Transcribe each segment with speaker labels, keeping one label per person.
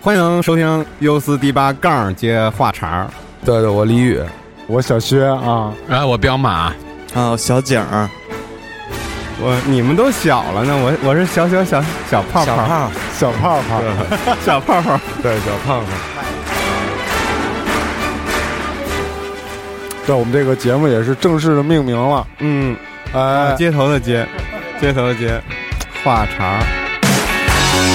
Speaker 1: 欢迎收听 U 四 D 八杠接话茬儿，
Speaker 2: 对对，我李宇，
Speaker 3: 我小薛啊，
Speaker 4: 然后我彪马，
Speaker 5: 啊，小景儿，
Speaker 1: 我你们都小了呢，我我是小小小小泡
Speaker 5: 小
Speaker 1: 泡，
Speaker 5: 胖，
Speaker 2: 啊
Speaker 3: 小泡 泡，
Speaker 1: 小泡泡，
Speaker 2: 对小胖子，
Speaker 3: 对，我们这个节目也是正式的命名了。
Speaker 1: 嗯，
Speaker 2: 啊
Speaker 3: 哎，
Speaker 1: 街头的街，街头的街，话茬儿，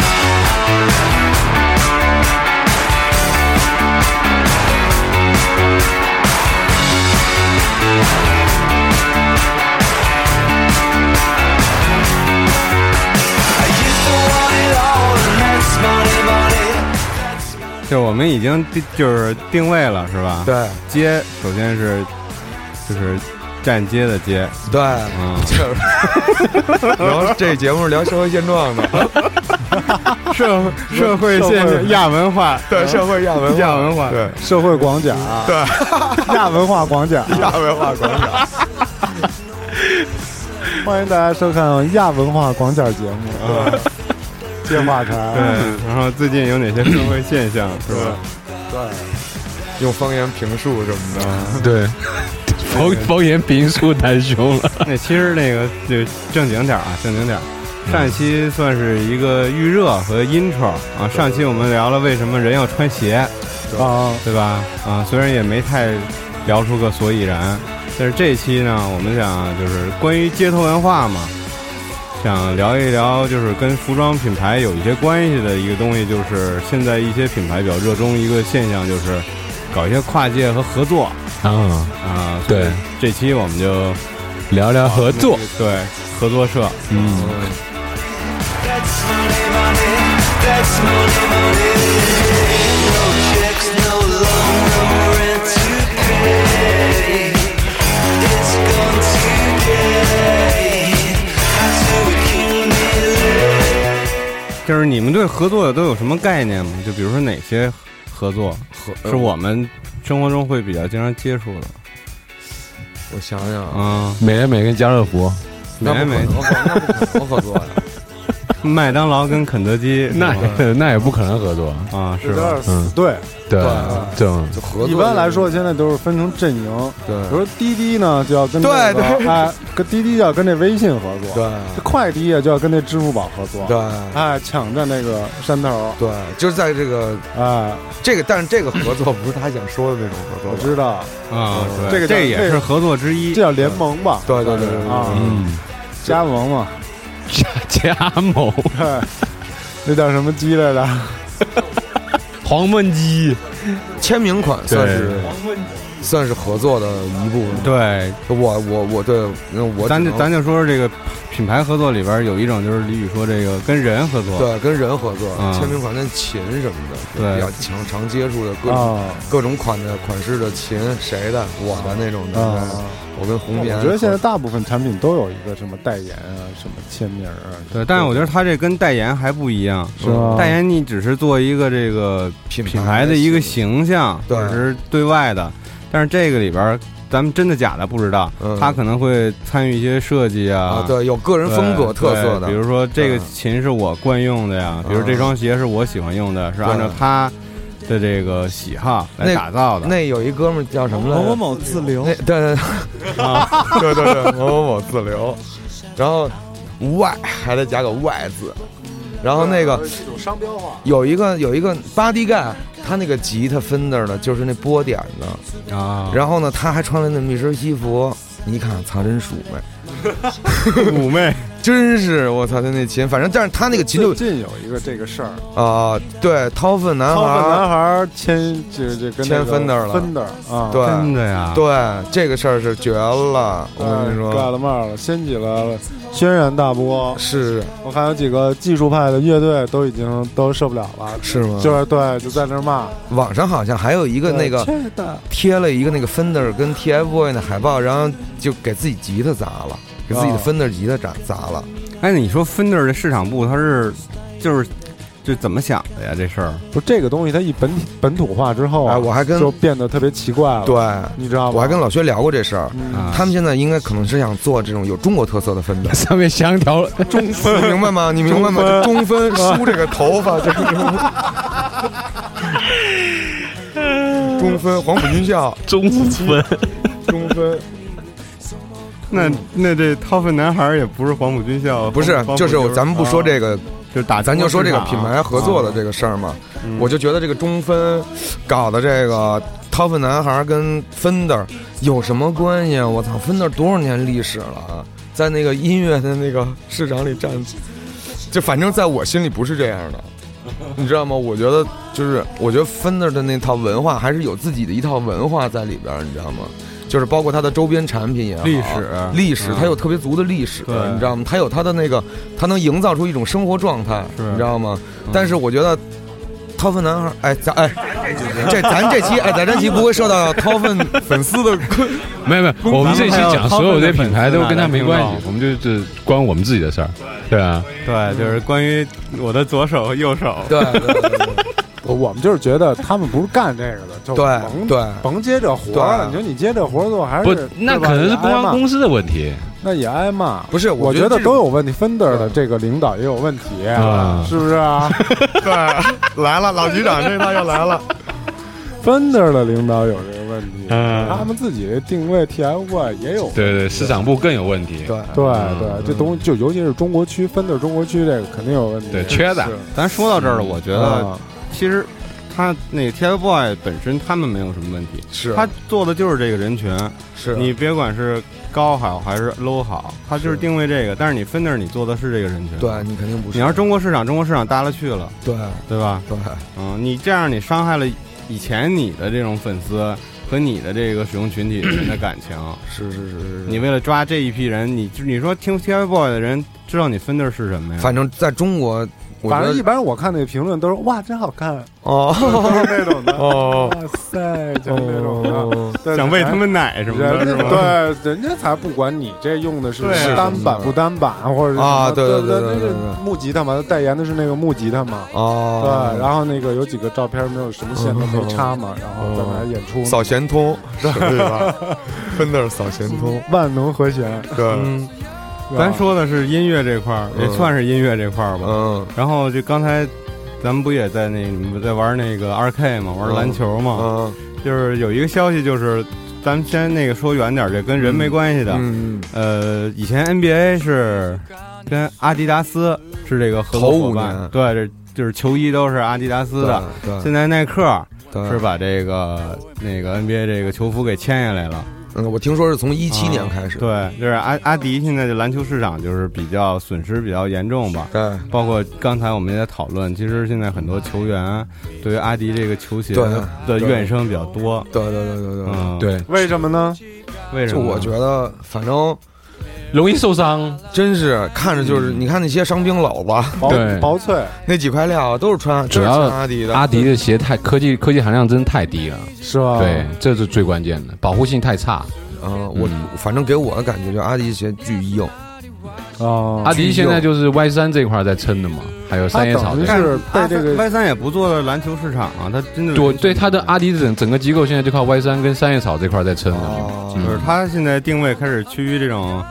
Speaker 1: 就是我们已经定就是定位了，是吧？，
Speaker 2: 对
Speaker 1: 街首先是就是站街的街，
Speaker 2: 对，
Speaker 1: 嗯，
Speaker 2: 就是 聊这节目是聊社会现状的，
Speaker 1: 社会社会现象亚文化，
Speaker 2: 对社会亚文
Speaker 1: 亚文化，
Speaker 2: 对
Speaker 3: 社会广 甲，对， 亚文化广甲，
Speaker 2: 亚文化广场，
Speaker 3: 欢迎大家收看亚文化广甲节目啊，接话茬，
Speaker 1: 对，嗯然后最近有哪些社会现象，是吧？
Speaker 2: 用方言评述什么的，
Speaker 4: 对，方方言评述太凶了，
Speaker 1: 那其实那个就正经点儿啊，正经点儿。上一期算是一个预热和 intro 啊，上期我们聊了为什么人要穿鞋，
Speaker 3: 啊，
Speaker 1: 对吧？啊，虽然也没太聊出个所以然，但是这一期呢，我们想就是关于街头文化嘛，想聊一聊就是跟服装品牌有一些关系的一个东西，就是现在一些品牌比较热衷一个现象，就是搞一些跨界和合作
Speaker 4: 啊，
Speaker 1: 啊。
Speaker 4: 对，
Speaker 1: 这期我们就
Speaker 4: 聊聊合作，
Speaker 1: 对合作社，
Speaker 4: 嗯，
Speaker 1: 就是你们对合作都有什么概念吗？就比如说哪些合作合是
Speaker 2: 呃
Speaker 1: 我们生活中会比较经常接触的？
Speaker 2: 我想想啊，
Speaker 1: 嗯，
Speaker 4: 美人美跟家乐福，
Speaker 1: 美
Speaker 2: 那
Speaker 1: 人
Speaker 2: 不可
Speaker 1: 美
Speaker 2: 能，我靠那不可能合作呀，
Speaker 1: 麦当劳跟肯德基
Speaker 4: 那
Speaker 1: 是吧
Speaker 4: 那也不可能合作，
Speaker 1: 啊
Speaker 3: 有
Speaker 1: 是吧？
Speaker 3: 点
Speaker 2: 嗯
Speaker 3: 死对。
Speaker 4: 对
Speaker 2: 对，
Speaker 4: 这种
Speaker 2: 就合作
Speaker 3: 一般来说，现在都是分成阵营，比
Speaker 2: 对
Speaker 3: 如滴滴呢就要跟
Speaker 2: 对
Speaker 3: 这个
Speaker 2: 对
Speaker 3: 哎，跟滴滴要跟这微信合作，
Speaker 2: 对
Speaker 3: 这快滴啊就要跟这支付宝合作，
Speaker 2: 对
Speaker 3: 哎，抢占那个山头，
Speaker 2: 对，就是在这个
Speaker 3: 哎，
Speaker 2: 这个，但是这个合作不是他想说的那种合
Speaker 3: 我
Speaker 2: 作吧，
Speaker 3: 知道，
Speaker 1: 啊，对
Speaker 3: 这个叫
Speaker 1: 这也是合作之一
Speaker 3: 这。叫联盟吧？
Speaker 2: 对对对对对
Speaker 3: 啊，
Speaker 4: 嗯，
Speaker 3: 加盟嘛，
Speaker 4: 加加某
Speaker 3: 对，哎那叫什么鸡来 着？
Speaker 4: 黄焖鸡，，
Speaker 2: 签名款算是算是合作的一部分。
Speaker 1: 对，
Speaker 2: 我我我对，那我
Speaker 1: 咱
Speaker 2: 只
Speaker 1: 就
Speaker 2: 能
Speaker 1: 咱就说说这个品牌合作里边有一种就是李宇说这个跟人合作，
Speaker 2: 对跟人合作
Speaker 1: 嗯，
Speaker 2: 签名款跟琴什么的，
Speaker 1: 对
Speaker 2: 比较常常接触的各种
Speaker 3: 啊
Speaker 2: 各种款的款式的琴，谁的我的那种
Speaker 3: 啊
Speaker 2: 的，。我跟红
Speaker 3: 我
Speaker 2: 棉合作。
Speaker 3: 觉得现在大部分产品都有一个什么代言啊，什么签名啊，
Speaker 1: 对，但是我觉得他这跟代言还不一样。
Speaker 3: 是吧？
Speaker 1: 代言你只是做一个这个
Speaker 2: 品
Speaker 1: 品牌的一个，形象，
Speaker 2: 对
Speaker 1: 或者是对外的。但是这个里边儿，咱们真的假的不知道，
Speaker 2: 嗯
Speaker 1: 他可能会参与一些设计啊
Speaker 2: 啊，，对，有个人
Speaker 1: 对
Speaker 2: 风格特色的，
Speaker 1: 对比如说这个
Speaker 2: 嗯
Speaker 1: 琴是我惯用的呀，
Speaker 2: 嗯
Speaker 1: 比如这双鞋是我喜欢用的，是按照他的这个喜好来
Speaker 2: 那
Speaker 1: 打造的。
Speaker 2: 那有一哥们儿叫什么来
Speaker 5: 某
Speaker 2: 着
Speaker 5: 某？某自留
Speaker 2: 那，对对对，啊， 对对对，某某某自留，然后 Y 还得加个 Y 字，然后那个
Speaker 3: 一种商标化，
Speaker 2: 有一个有一个 body guy，他那个吉他 Fender 呢，就是那波点的，
Speaker 1: 啊，
Speaker 2: 然后呢，他还穿了那么一身西服，你一看，操，真鼠呗，
Speaker 1: 妩媚，
Speaker 2: 真是我操，他那琴，反正但是他那个琴
Speaker 3: 最
Speaker 2: 就
Speaker 3: 近有一个这个事儿，
Speaker 2: 啊，对，掏粪男
Speaker 3: 超粉
Speaker 2: 孩
Speaker 3: 男，孩签这这跟
Speaker 2: 签 Fender 了
Speaker 3: 芬德啊，
Speaker 2: 对
Speaker 1: 真的呀，
Speaker 2: 对，这个事儿是绝了，我
Speaker 3: 哎
Speaker 2: 跟你
Speaker 3: 盖
Speaker 2: 说，
Speaker 3: 了帽了，掀起了轩然大波。
Speaker 2: 是
Speaker 3: 我看有几个技术派的乐队都已经都受不了了，
Speaker 2: 是吗？
Speaker 3: 就是对，就在那儿骂。
Speaker 2: 网上好像还有一个嗯那个
Speaker 3: 真的
Speaker 2: 贴了一个那个 Fender 跟 TFBOY 的海报，然后就给自己吉他砸了，给自己的
Speaker 3: 啊
Speaker 2: Fender 吉他砸砸了。
Speaker 1: 哎，你说 Fender 的市场部它是就是就怎么想的呀？这事儿
Speaker 3: 不是这个东西，它一本本土化之后啊，
Speaker 2: 哎，我还跟
Speaker 3: 就变得特别奇怪了。
Speaker 2: 对，，
Speaker 3: 你知道吗？
Speaker 2: 我还跟老薛聊过这事儿。
Speaker 3: 啊嗯
Speaker 1: 啊，
Speaker 2: 他们现在应该可能是想做这种有中国特色的分的
Speaker 4: 上面香条
Speaker 2: 中分，明白吗？你明白吗？中分梳这个头发，就是中分，黄埔军校，
Speaker 4: 中分，
Speaker 2: 中分
Speaker 1: 那那这掏粪男孩儿也不是黄埔军校，
Speaker 2: 不是
Speaker 1: 黄，埔啊
Speaker 2: 就是我咱们不说这
Speaker 1: 个，
Speaker 2: 个，
Speaker 1: 就是打
Speaker 2: 咱就说这个品
Speaker 1: 啊
Speaker 2: 牌合作的
Speaker 1: 个，
Speaker 2: 这个事儿嘛。
Speaker 1: 嗯
Speaker 2: 我就觉得这个中分搞的这个掏粪男孩跟 Fender 有什么关系啊？我操，Fender 多少年历史了啊，在那个音乐的那个市场里占，就反正在我心里不是这样的，你知道吗？我觉得就是，我觉得 Fender 的那套文化还是有自己的一套文化在里边儿，你知道吗？就是包括它的周边产品也好，
Speaker 1: 历史
Speaker 2: 历史
Speaker 1: 嗯
Speaker 2: 它有特别足的历史，
Speaker 1: 对
Speaker 2: 你知道吗？它有它的那个，它能营造出一种生活状态，
Speaker 1: 是
Speaker 2: 你知道吗？
Speaker 1: 嗯
Speaker 2: 但是我觉得。掏粪男孩，哎，咱哎，这咱这期哎，咱这期不会受到掏粪粉丝的困，
Speaker 4: 没有没有，我们这期讲所有这品牌都跟他没关
Speaker 1: 嗯
Speaker 4: 系，我们就是关我们自己的事儿，对啊，
Speaker 1: 对，
Speaker 2: 嗯，
Speaker 1: 就是关于我的左手右手
Speaker 2: 对对对
Speaker 3: 我我们就是觉得他们不是干这个的，就
Speaker 2: 对
Speaker 3: 甭
Speaker 2: 对，
Speaker 3: 甭接这活儿了。
Speaker 2: 对
Speaker 3: 你说你接这活儿做还
Speaker 4: 不
Speaker 3: 是，
Speaker 4: 那
Speaker 3: 对吧
Speaker 4: 可能是不
Speaker 3: 也挨
Speaker 4: 光
Speaker 3: 骂
Speaker 4: 公司的问题，
Speaker 3: 那也挨骂。
Speaker 2: 不是，
Speaker 3: 我
Speaker 2: 觉
Speaker 3: 觉得
Speaker 2: 这
Speaker 3: 都
Speaker 2: 种
Speaker 3: 有问题，Fender 的这个领导也有问题，
Speaker 4: 啊
Speaker 3: 是不是 啊
Speaker 2: 对来了，老局 长这套又来了，
Speaker 3: ？Fender 的领导有这个问题，
Speaker 4: 嗯
Speaker 3: 他们自己定位 TFY 也有问题。
Speaker 4: 对对，市场部更有问题，
Speaker 2: 对
Speaker 3: 对
Speaker 2: 嗯
Speaker 3: 对，这东西就尤其是中国区 Fender 中国区这个肯定有问题。
Speaker 4: 对缺的
Speaker 3: 是
Speaker 1: 咱说到这儿了，我觉得
Speaker 3: 啊
Speaker 1: 其实他那 TFBOY 本身他们没有什么问题，
Speaker 2: 是
Speaker 1: 他做的就是这个人群，
Speaker 2: 是
Speaker 1: 你别管是高好还是 low 好，他就是
Speaker 2: 是
Speaker 1: 定位这个。但是你 Fender 你做的是这个人群，
Speaker 2: 对你肯定不是，
Speaker 1: 你要是中国市场，中国市场大了去了，
Speaker 2: 对
Speaker 1: 对吧？
Speaker 2: 对
Speaker 1: 嗯，你这样你伤害了以前你的这种粉丝和你的这个使用群体人的感情。
Speaker 2: 是是是是，
Speaker 1: 你为了抓这一批人，你就你说听 TFBOY 的人知道你 Fender 是什么呀？
Speaker 2: 反正在中国，我觉
Speaker 3: 反正一
Speaker 2: 得
Speaker 3: 般我看那评论都是哇，真好 看，
Speaker 2: 哦
Speaker 3: 都是那种的。
Speaker 2: 哦
Speaker 3: 哇塞，就是那种的
Speaker 2: 哦，
Speaker 3: 对
Speaker 1: 想喂他。们奶什
Speaker 3: 人
Speaker 1: 么的，是吧？
Speaker 3: 对，人家才不管你这用的是
Speaker 1: 对啊
Speaker 3: 单板不单板，或者是
Speaker 2: 啊
Speaker 3: 什么
Speaker 2: 对
Speaker 3: 对
Speaker 2: 对对对
Speaker 3: 对
Speaker 2: 对对
Speaker 3: 木吉他嘛，代言的是那个木吉他嘛，对，
Speaker 2: 哦，
Speaker 3: 然后那个有几个照片没有什么线都没插嘛，然后在那儿演出，
Speaker 2: 哦扫弦通，是吧？分的是扫弦通，
Speaker 3: 万能和弦，
Speaker 2: 对，
Speaker 1: 嗯，咱说的是音乐这块儿，也
Speaker 2: 嗯
Speaker 1: 算是音乐这块儿吧。
Speaker 2: 嗯
Speaker 1: 然后就刚才咱们不也在那你们在玩那个二 K 嘛，玩篮球嘛，
Speaker 2: 嗯
Speaker 1: 就是有一个消息就是。咱们先那个说远点儿，这跟人没关系的。
Speaker 2: 嗯，
Speaker 1: 呃，以前 NBA 是跟阿迪达斯是这个合作伙伴，
Speaker 2: 头
Speaker 1: 对，这就是球衣都是阿迪达斯的。
Speaker 2: 啊对，
Speaker 1: 嗯啊
Speaker 2: 嗯
Speaker 1: 现在耐克
Speaker 2: 对
Speaker 1: 是？把这个那个 NBA 这个球服给签下来了，
Speaker 2: 嗯，我听说是从一
Speaker 1: 啊
Speaker 2: 七年开始，
Speaker 1: 嗯对，就是阿阿迪现在的篮球市场就是比较损失比较严重吧。
Speaker 2: 对
Speaker 1: 包括刚才我们也在讨论，其实现在很多球员对于阿迪这个球鞋
Speaker 2: 对
Speaker 1: 的怨声比较多。
Speaker 2: 对对对对对
Speaker 1: 嗯，，
Speaker 4: 对，
Speaker 3: 为什么呢？
Speaker 1: 为什
Speaker 2: 就
Speaker 1: 么呢？
Speaker 2: 我觉得，反正
Speaker 4: 容易受伤，
Speaker 2: 真是看着就是，你看那些伤兵篓子，
Speaker 3: 薄
Speaker 4: 对
Speaker 3: 薄脆，
Speaker 2: 那几块料都是穿，
Speaker 4: 主要
Speaker 2: 都是穿阿迪的，
Speaker 4: 阿迪的鞋太科技科技含量真太低了，
Speaker 3: 是吧？
Speaker 4: 对，这是最关键的，保护性太差。
Speaker 3: 啊
Speaker 2: 嗯，我
Speaker 4: 嗯
Speaker 2: 反正给我的感觉就是阿迪鞋巨硬，
Speaker 3: 啊，
Speaker 4: 哦阿迪现在就是 Y 三这块在撑的嘛，还有
Speaker 3: 他
Speaker 4: 三叶草
Speaker 3: 等
Speaker 4: 这
Speaker 3: 于
Speaker 4: 块。
Speaker 3: 是被这个
Speaker 1: Y 三也不做了篮球市场啊，他真的
Speaker 4: 对对，他的阿迪整整个机构现在就靠 Y 三跟三叶草这块在撑的。
Speaker 2: 哦
Speaker 4: 嗯
Speaker 1: 就是他现在定位开始趋于这种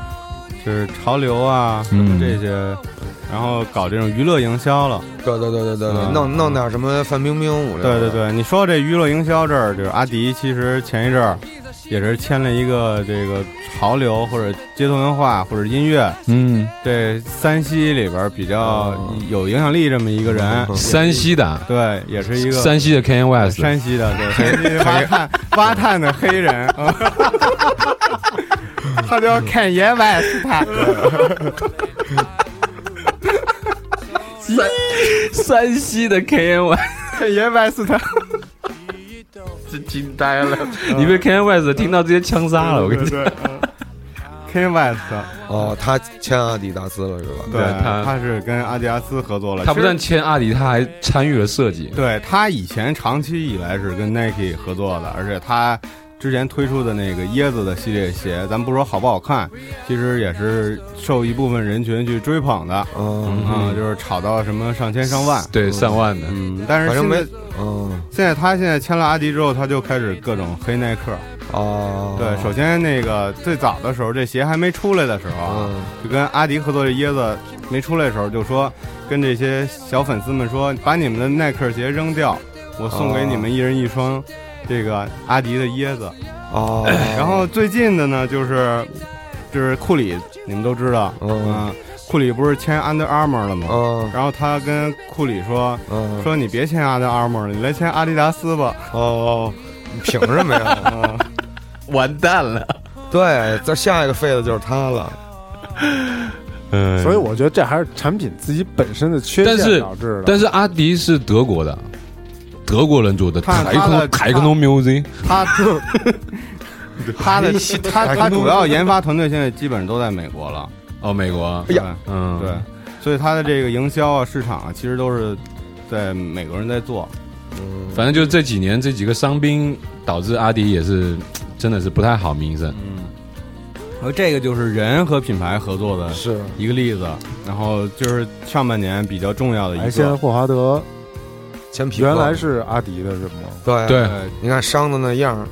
Speaker 1: 就是潮流啊什么
Speaker 4: 嗯
Speaker 1: 这些，然后搞这种娱乐营销了。
Speaker 2: 对对对对对对，
Speaker 1: 嗯
Speaker 2: 弄弄点什么范冰冰舞，
Speaker 1: 对对，对，你说这娱乐营销这儿，就是阿迪其实前一阵儿也是签了一个这个潮流或者街头文化或者音乐。
Speaker 4: 嗯，
Speaker 1: 这山西里边儿比较
Speaker 2: 嗯
Speaker 1: 有影响力这么一个人，
Speaker 4: 山西的啊，
Speaker 1: 对，也是一个
Speaker 4: 山西的 Kanye West，
Speaker 1: 山嗯西的，对，山西挖 炭挖炭的黑 人，啊他叫肯爷外斯坦，
Speaker 4: 山西的 Kanye West，
Speaker 1: 肯爷外 斯坦，
Speaker 4: 真惊呆了！你被 Kanye West 听到直接枪杀了，我跟你讲。
Speaker 1: 嗯对，肯爷外斯坦，
Speaker 2: 哦，他签阿迪达斯了是吧？
Speaker 1: 对，
Speaker 4: 他
Speaker 1: 他是跟阿迪达斯合作了，
Speaker 4: 他不
Speaker 1: 其实
Speaker 4: 但签阿迪，他还参与了设计。
Speaker 1: 对他以前长期以来是跟 Nike 合作的，而且他之前推出的那个椰子的系列鞋，咱不说好不好看，其实也是受一部分人群去追捧的啊、
Speaker 2: 嗯
Speaker 4: 嗯
Speaker 1: 就是炒到什么上千上万。
Speaker 4: 对，上万的，
Speaker 1: 嗯，但是
Speaker 2: 反正
Speaker 1: 现
Speaker 2: 没
Speaker 1: 在
Speaker 2: 嗯
Speaker 1: 现在他现在签了阿迪之后，他就开始各种黑耐克。
Speaker 2: 哦，
Speaker 1: 对，首先那个最早的时候，这鞋还没出来的时候啊，
Speaker 2: 嗯
Speaker 1: 就跟阿迪合作这椰子，没出来的时候就说跟这些小粉丝们说，把你们的耐克鞋扔掉，我送给你们一人一
Speaker 4: 哦
Speaker 1: 双这个阿迪的椰子。
Speaker 2: 哦，
Speaker 1: 然后最近的呢，就是就是库里，你们都知道，
Speaker 4: 哦
Speaker 2: 嗯
Speaker 1: 嗯，库里不是签 Under Armour 了吗？
Speaker 2: 嗯
Speaker 1: 然后他跟库里说
Speaker 4: 哦
Speaker 2: 嗯，
Speaker 1: 说你别签 Under Armour 了，你来签阿迪达斯吧。
Speaker 2: 哦，你凭什么呀？
Speaker 1: 嗯，
Speaker 4: 完蛋了。
Speaker 2: 对，这下一个废的就是他了。
Speaker 1: 嗯
Speaker 3: 所以我觉得这还是产品自己本身的缺
Speaker 4: 但是
Speaker 3: 陷导致的。
Speaker 4: 但是阿迪是德国的，德国人做的
Speaker 1: 他
Speaker 4: 台
Speaker 1: 他的嗯
Speaker 4: 空台空 music，
Speaker 1: 他他的他他主要研发团队现在基本上都在美国了。
Speaker 4: 哦，美国，
Speaker 2: 哎呀
Speaker 1: 对
Speaker 4: 嗯，
Speaker 1: 对，所以它的这个营销啊、市场啊，其实都是在美国人在做。
Speaker 4: 反正就是这几年这几个伤兵导致阿迪也是真的是不太好名声。
Speaker 1: 然后这个就是人和品牌合作的
Speaker 2: 是，
Speaker 1: 一个例子，然后就是上半年比较重要的
Speaker 3: 哎，
Speaker 1: 一
Speaker 3: 现在
Speaker 1: 个。
Speaker 3: 霍华德
Speaker 2: 前皮
Speaker 3: 原来是阿迪的是吗？
Speaker 2: 对，
Speaker 4: 对，
Speaker 1: 对
Speaker 2: 你看伤的那样儿，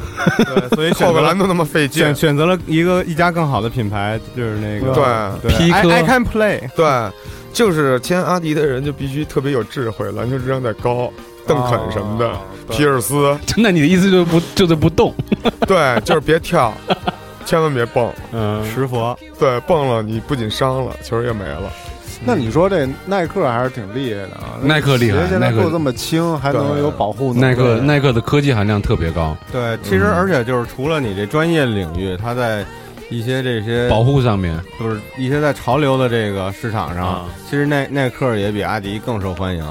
Speaker 1: 对，所以
Speaker 2: 后
Speaker 1: 选择
Speaker 2: 边
Speaker 1: 了
Speaker 2: 篮都那么费劲
Speaker 1: 选。选择了一个一家更好的品牌，就是那个
Speaker 2: 对
Speaker 1: 对哎
Speaker 4: 皮
Speaker 1: I
Speaker 4: 克
Speaker 1: I can play，
Speaker 2: 对，就是签阿迪的人就必须特别有智慧，篮球智商得高，邓肯什么的，
Speaker 1: 哦
Speaker 3: 啊
Speaker 2: 皮尔斯，
Speaker 4: 那你的意思就是不就是不动？
Speaker 2: 对，就是别跳，千万别蹦，
Speaker 4: 嗯
Speaker 1: 石佛
Speaker 2: 对，蹦了你不仅伤了，球也没了。
Speaker 3: 那你说这耐克还是挺厉害的啊！
Speaker 4: 耐克厉害
Speaker 3: 鞋现
Speaker 4: 耐
Speaker 3: 在
Speaker 4: 克
Speaker 3: 做这么轻，还能有保护能力
Speaker 4: 耐克耐克的科技含量特别高，
Speaker 1: 对，其实而且就是除了你这专业领域，它在一些这些
Speaker 4: 保护上面
Speaker 1: 就是一些在潮流的这个市场上，
Speaker 4: 啊
Speaker 1: 其实耐耐克也比阿迪更受欢迎，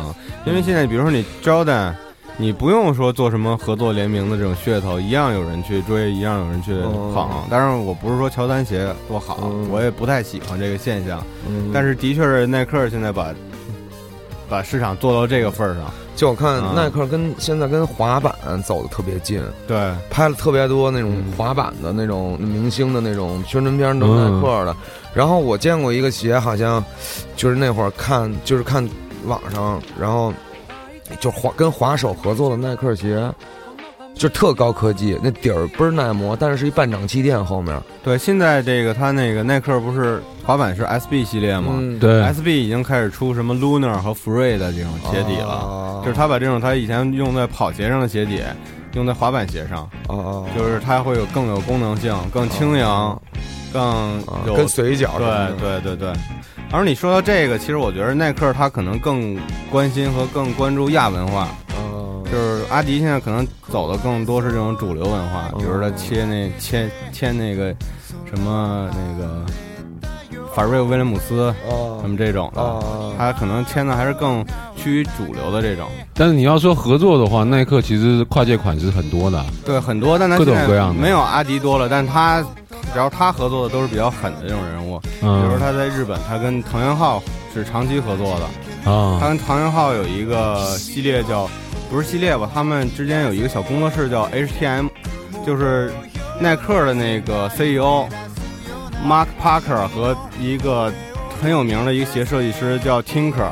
Speaker 1: 因为现在比如说你 Jordan，你不用说做什么合作联名的这种噱头，一样有人去追，一样有人去仿。当然，我不是说乔丹鞋多好，
Speaker 2: 哦嗯
Speaker 1: 我也不太喜欢这个现象，
Speaker 2: 嗯
Speaker 1: 但是的确是耐克现在把把市场做到这个份儿上，
Speaker 2: 就我看
Speaker 1: 啊
Speaker 2: 耐克跟现在跟滑板走的特别近，
Speaker 1: 对，
Speaker 2: 拍了特别多那种
Speaker 1: 嗯
Speaker 2: 滑板的那种明星的那种宣传片，都是耐克
Speaker 1: 嗯
Speaker 2: 的。然后我见过一个鞋，好像就是那会儿看，就是看网上，然后就滑跟滑手合作的耐克鞋，就特高科技，那底儿倍儿耐磨，但是是一半掌气垫后面。
Speaker 1: 对，现在这个它那个耐克不是滑板是 SB 系列吗？
Speaker 2: 嗯，
Speaker 4: 对
Speaker 3: 哎
Speaker 1: SB 已经开始出什么 Lunar 和 Free 的这种
Speaker 2: 哦
Speaker 1: 鞋底了，
Speaker 2: 了
Speaker 1: 就是他把这种他以前用在跑鞋上的鞋底，用在滑板鞋上，
Speaker 2: 哦，
Speaker 1: 就是它会有更有功能性、更轻盈
Speaker 2: 哦、
Speaker 1: 更
Speaker 2: 啊
Speaker 1: 有
Speaker 2: 跟水饺似的
Speaker 1: 对对对对。而你说到这个，其实我觉得耐克它可能更关心和更关注亚文化，
Speaker 2: 哦
Speaker 1: 就是阿迪现在可能走的更多是这种主流文化，比如他切那签签那个什么那个法瑞威廉姆斯
Speaker 2: 哦
Speaker 1: 什么这种的，
Speaker 2: 哦
Speaker 1: 他可能签的还是更趋于主流的这种。
Speaker 4: 但是你要说合作的话，耐克其实跨界款式很多的，
Speaker 1: 对，很多，但他
Speaker 4: 各种
Speaker 1: 现在
Speaker 4: 各样的
Speaker 1: 没有阿迪多了，但他只要他合作的都是比较狠的这种人物，比如
Speaker 4: 嗯
Speaker 1: 他在日本，他跟藤原浩是长期合作的，他
Speaker 4: 啊，
Speaker 1: 跟藤原浩有一个系列叫，不是系列吧，他们之间有一个小工作室叫 HTM，就是耐克的那个 CEO Mark Parker 和一个很有名的一个鞋设计师叫 Tinker，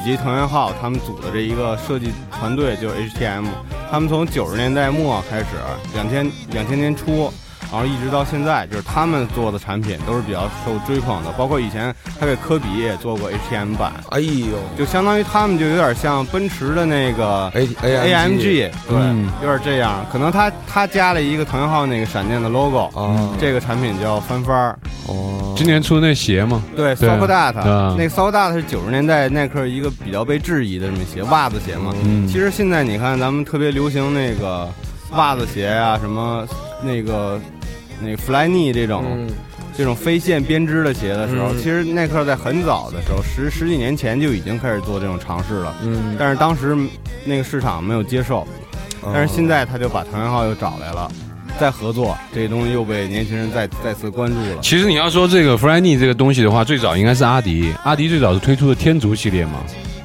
Speaker 1: 以及藤原浩他们组的这一个设计团队就是 HTM，他们从九十年代末开始，两千两千年初。然后一直到现在，就是他们做的产品都是比较受追捧的，包括以前他给科比也做过 HTM 版，
Speaker 2: 哎呦
Speaker 1: 就相当于他们就有点像奔驰的那个
Speaker 2: ，A A
Speaker 1: AMG，对，
Speaker 4: 嗯
Speaker 1: 有点这样。可能他他加了一个藤原浩那个闪电的 logo，、
Speaker 4: 哦
Speaker 2: 啊，
Speaker 1: 这个产品叫翻番儿。
Speaker 2: 哦
Speaker 4: 今年出那鞋嘛，
Speaker 1: 对 s
Speaker 4: 对
Speaker 1: o f d a t
Speaker 4: 啊
Speaker 1: 那个 s o f d a t 是九十年代耐克一个比较被质疑的这么鞋，袜子鞋嘛。
Speaker 4: 嗯
Speaker 1: 其实现在你看，咱们特别流行那个袜子鞋啊，什么那个那个 Flyknee 这种、
Speaker 2: 嗯
Speaker 1: 这种飞线编织的鞋的时候，
Speaker 2: 嗯
Speaker 1: 其实耐克在很早的时候，十十几年前就已经开始做这种尝试了。
Speaker 2: 嗯，
Speaker 1: 但是当时那个市场没有接受，但是现
Speaker 2: 在。
Speaker 1: 在他就把唐元浩又找来了，再合作，这东西又被年轻人再再次关注了。
Speaker 4: 其实你要说这个 f r a n n y 这个东西的话，最早应该是阿迪，阿迪最早是推出的天竺系列嘛，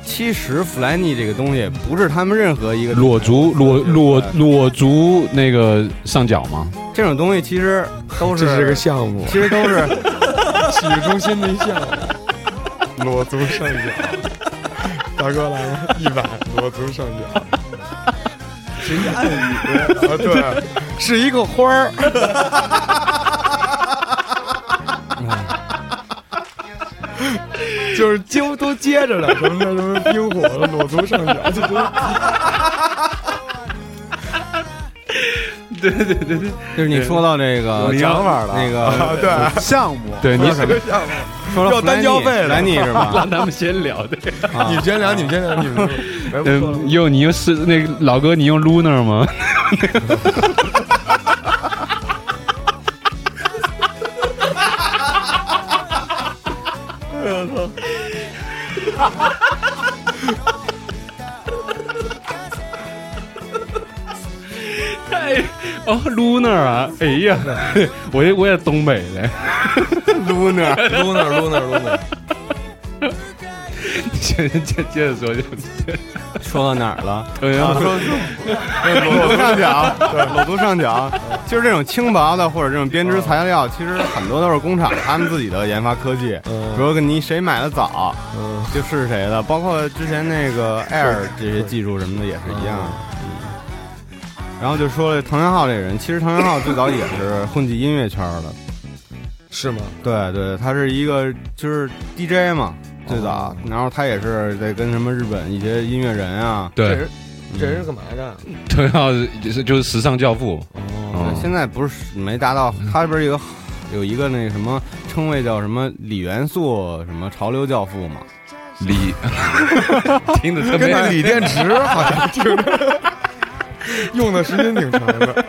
Speaker 1: 其实弗莱尼这个东西不是他们任何一个
Speaker 4: 裸足裸裸裸足那个上脚嘛，
Speaker 1: 这种东西，其实都是
Speaker 2: 这是个项目，
Speaker 1: 其实都是
Speaker 2: 体育中心的一项目，裸足上脚。大哥来了，一百裸足上脚。 是一个暗语啊，对，是一个花儿。就是几乎都接着了，什么什 么冰火了，裸足上脚，就都
Speaker 4: 对对对对，
Speaker 1: 就是你说到这个
Speaker 3: 有想法了
Speaker 1: 那个
Speaker 2: 对，
Speaker 3: 项目，
Speaker 4: 对你
Speaker 1: 什么 说
Speaker 2: 要单交费了
Speaker 1: 来你是吧？
Speaker 4: 让他们先聊对。
Speaker 1: 啊
Speaker 2: 你先聊，你先聊，你们哎不错了
Speaker 4: 嗯，用你用是那个老哥，你用 Lunar 吗？太哦，Lunar 啊！哎呀，我也我也东北的，
Speaker 1: ，Lunar，
Speaker 2: ，Lunar Lunar Lunar，
Speaker 4: 接接接着说，就
Speaker 1: 说到哪儿了？
Speaker 4: 同学 们
Speaker 1: 裸足上脚，裸足上脚，就是这种轻薄的或者这种编织材料，其实很多都是工厂他们自己的研发科技。比
Speaker 2: 嗯
Speaker 1: 如你谁买的早
Speaker 2: 嗯，
Speaker 1: 就是谁的，包括之前那个 Air 这些技术什么的也是一样的。嗯然后就说了藤原浩这人，其实藤原浩最早也是混迹音乐圈的，
Speaker 2: 嗯是吗？
Speaker 1: 对对，他是一个就是 DJ 嘛，最早
Speaker 2: 哦，
Speaker 1: 然后他也是在跟什么日本一些音乐人啊，
Speaker 2: 这
Speaker 4: 对
Speaker 2: 人这人是干嘛的？
Speaker 4: 同样就是就是时尚教父，
Speaker 2: 哦，
Speaker 1: 对
Speaker 4: 嗯
Speaker 1: 现在不是没达到，他不是有一个有一个那什么称谓叫什么李元素什么潮流教父嘛，
Speaker 4: 李， 听着特
Speaker 2: 跟
Speaker 4: 别
Speaker 2: 那
Speaker 1: 嗯
Speaker 2: 锂电池好像听着，用的时间挺长的。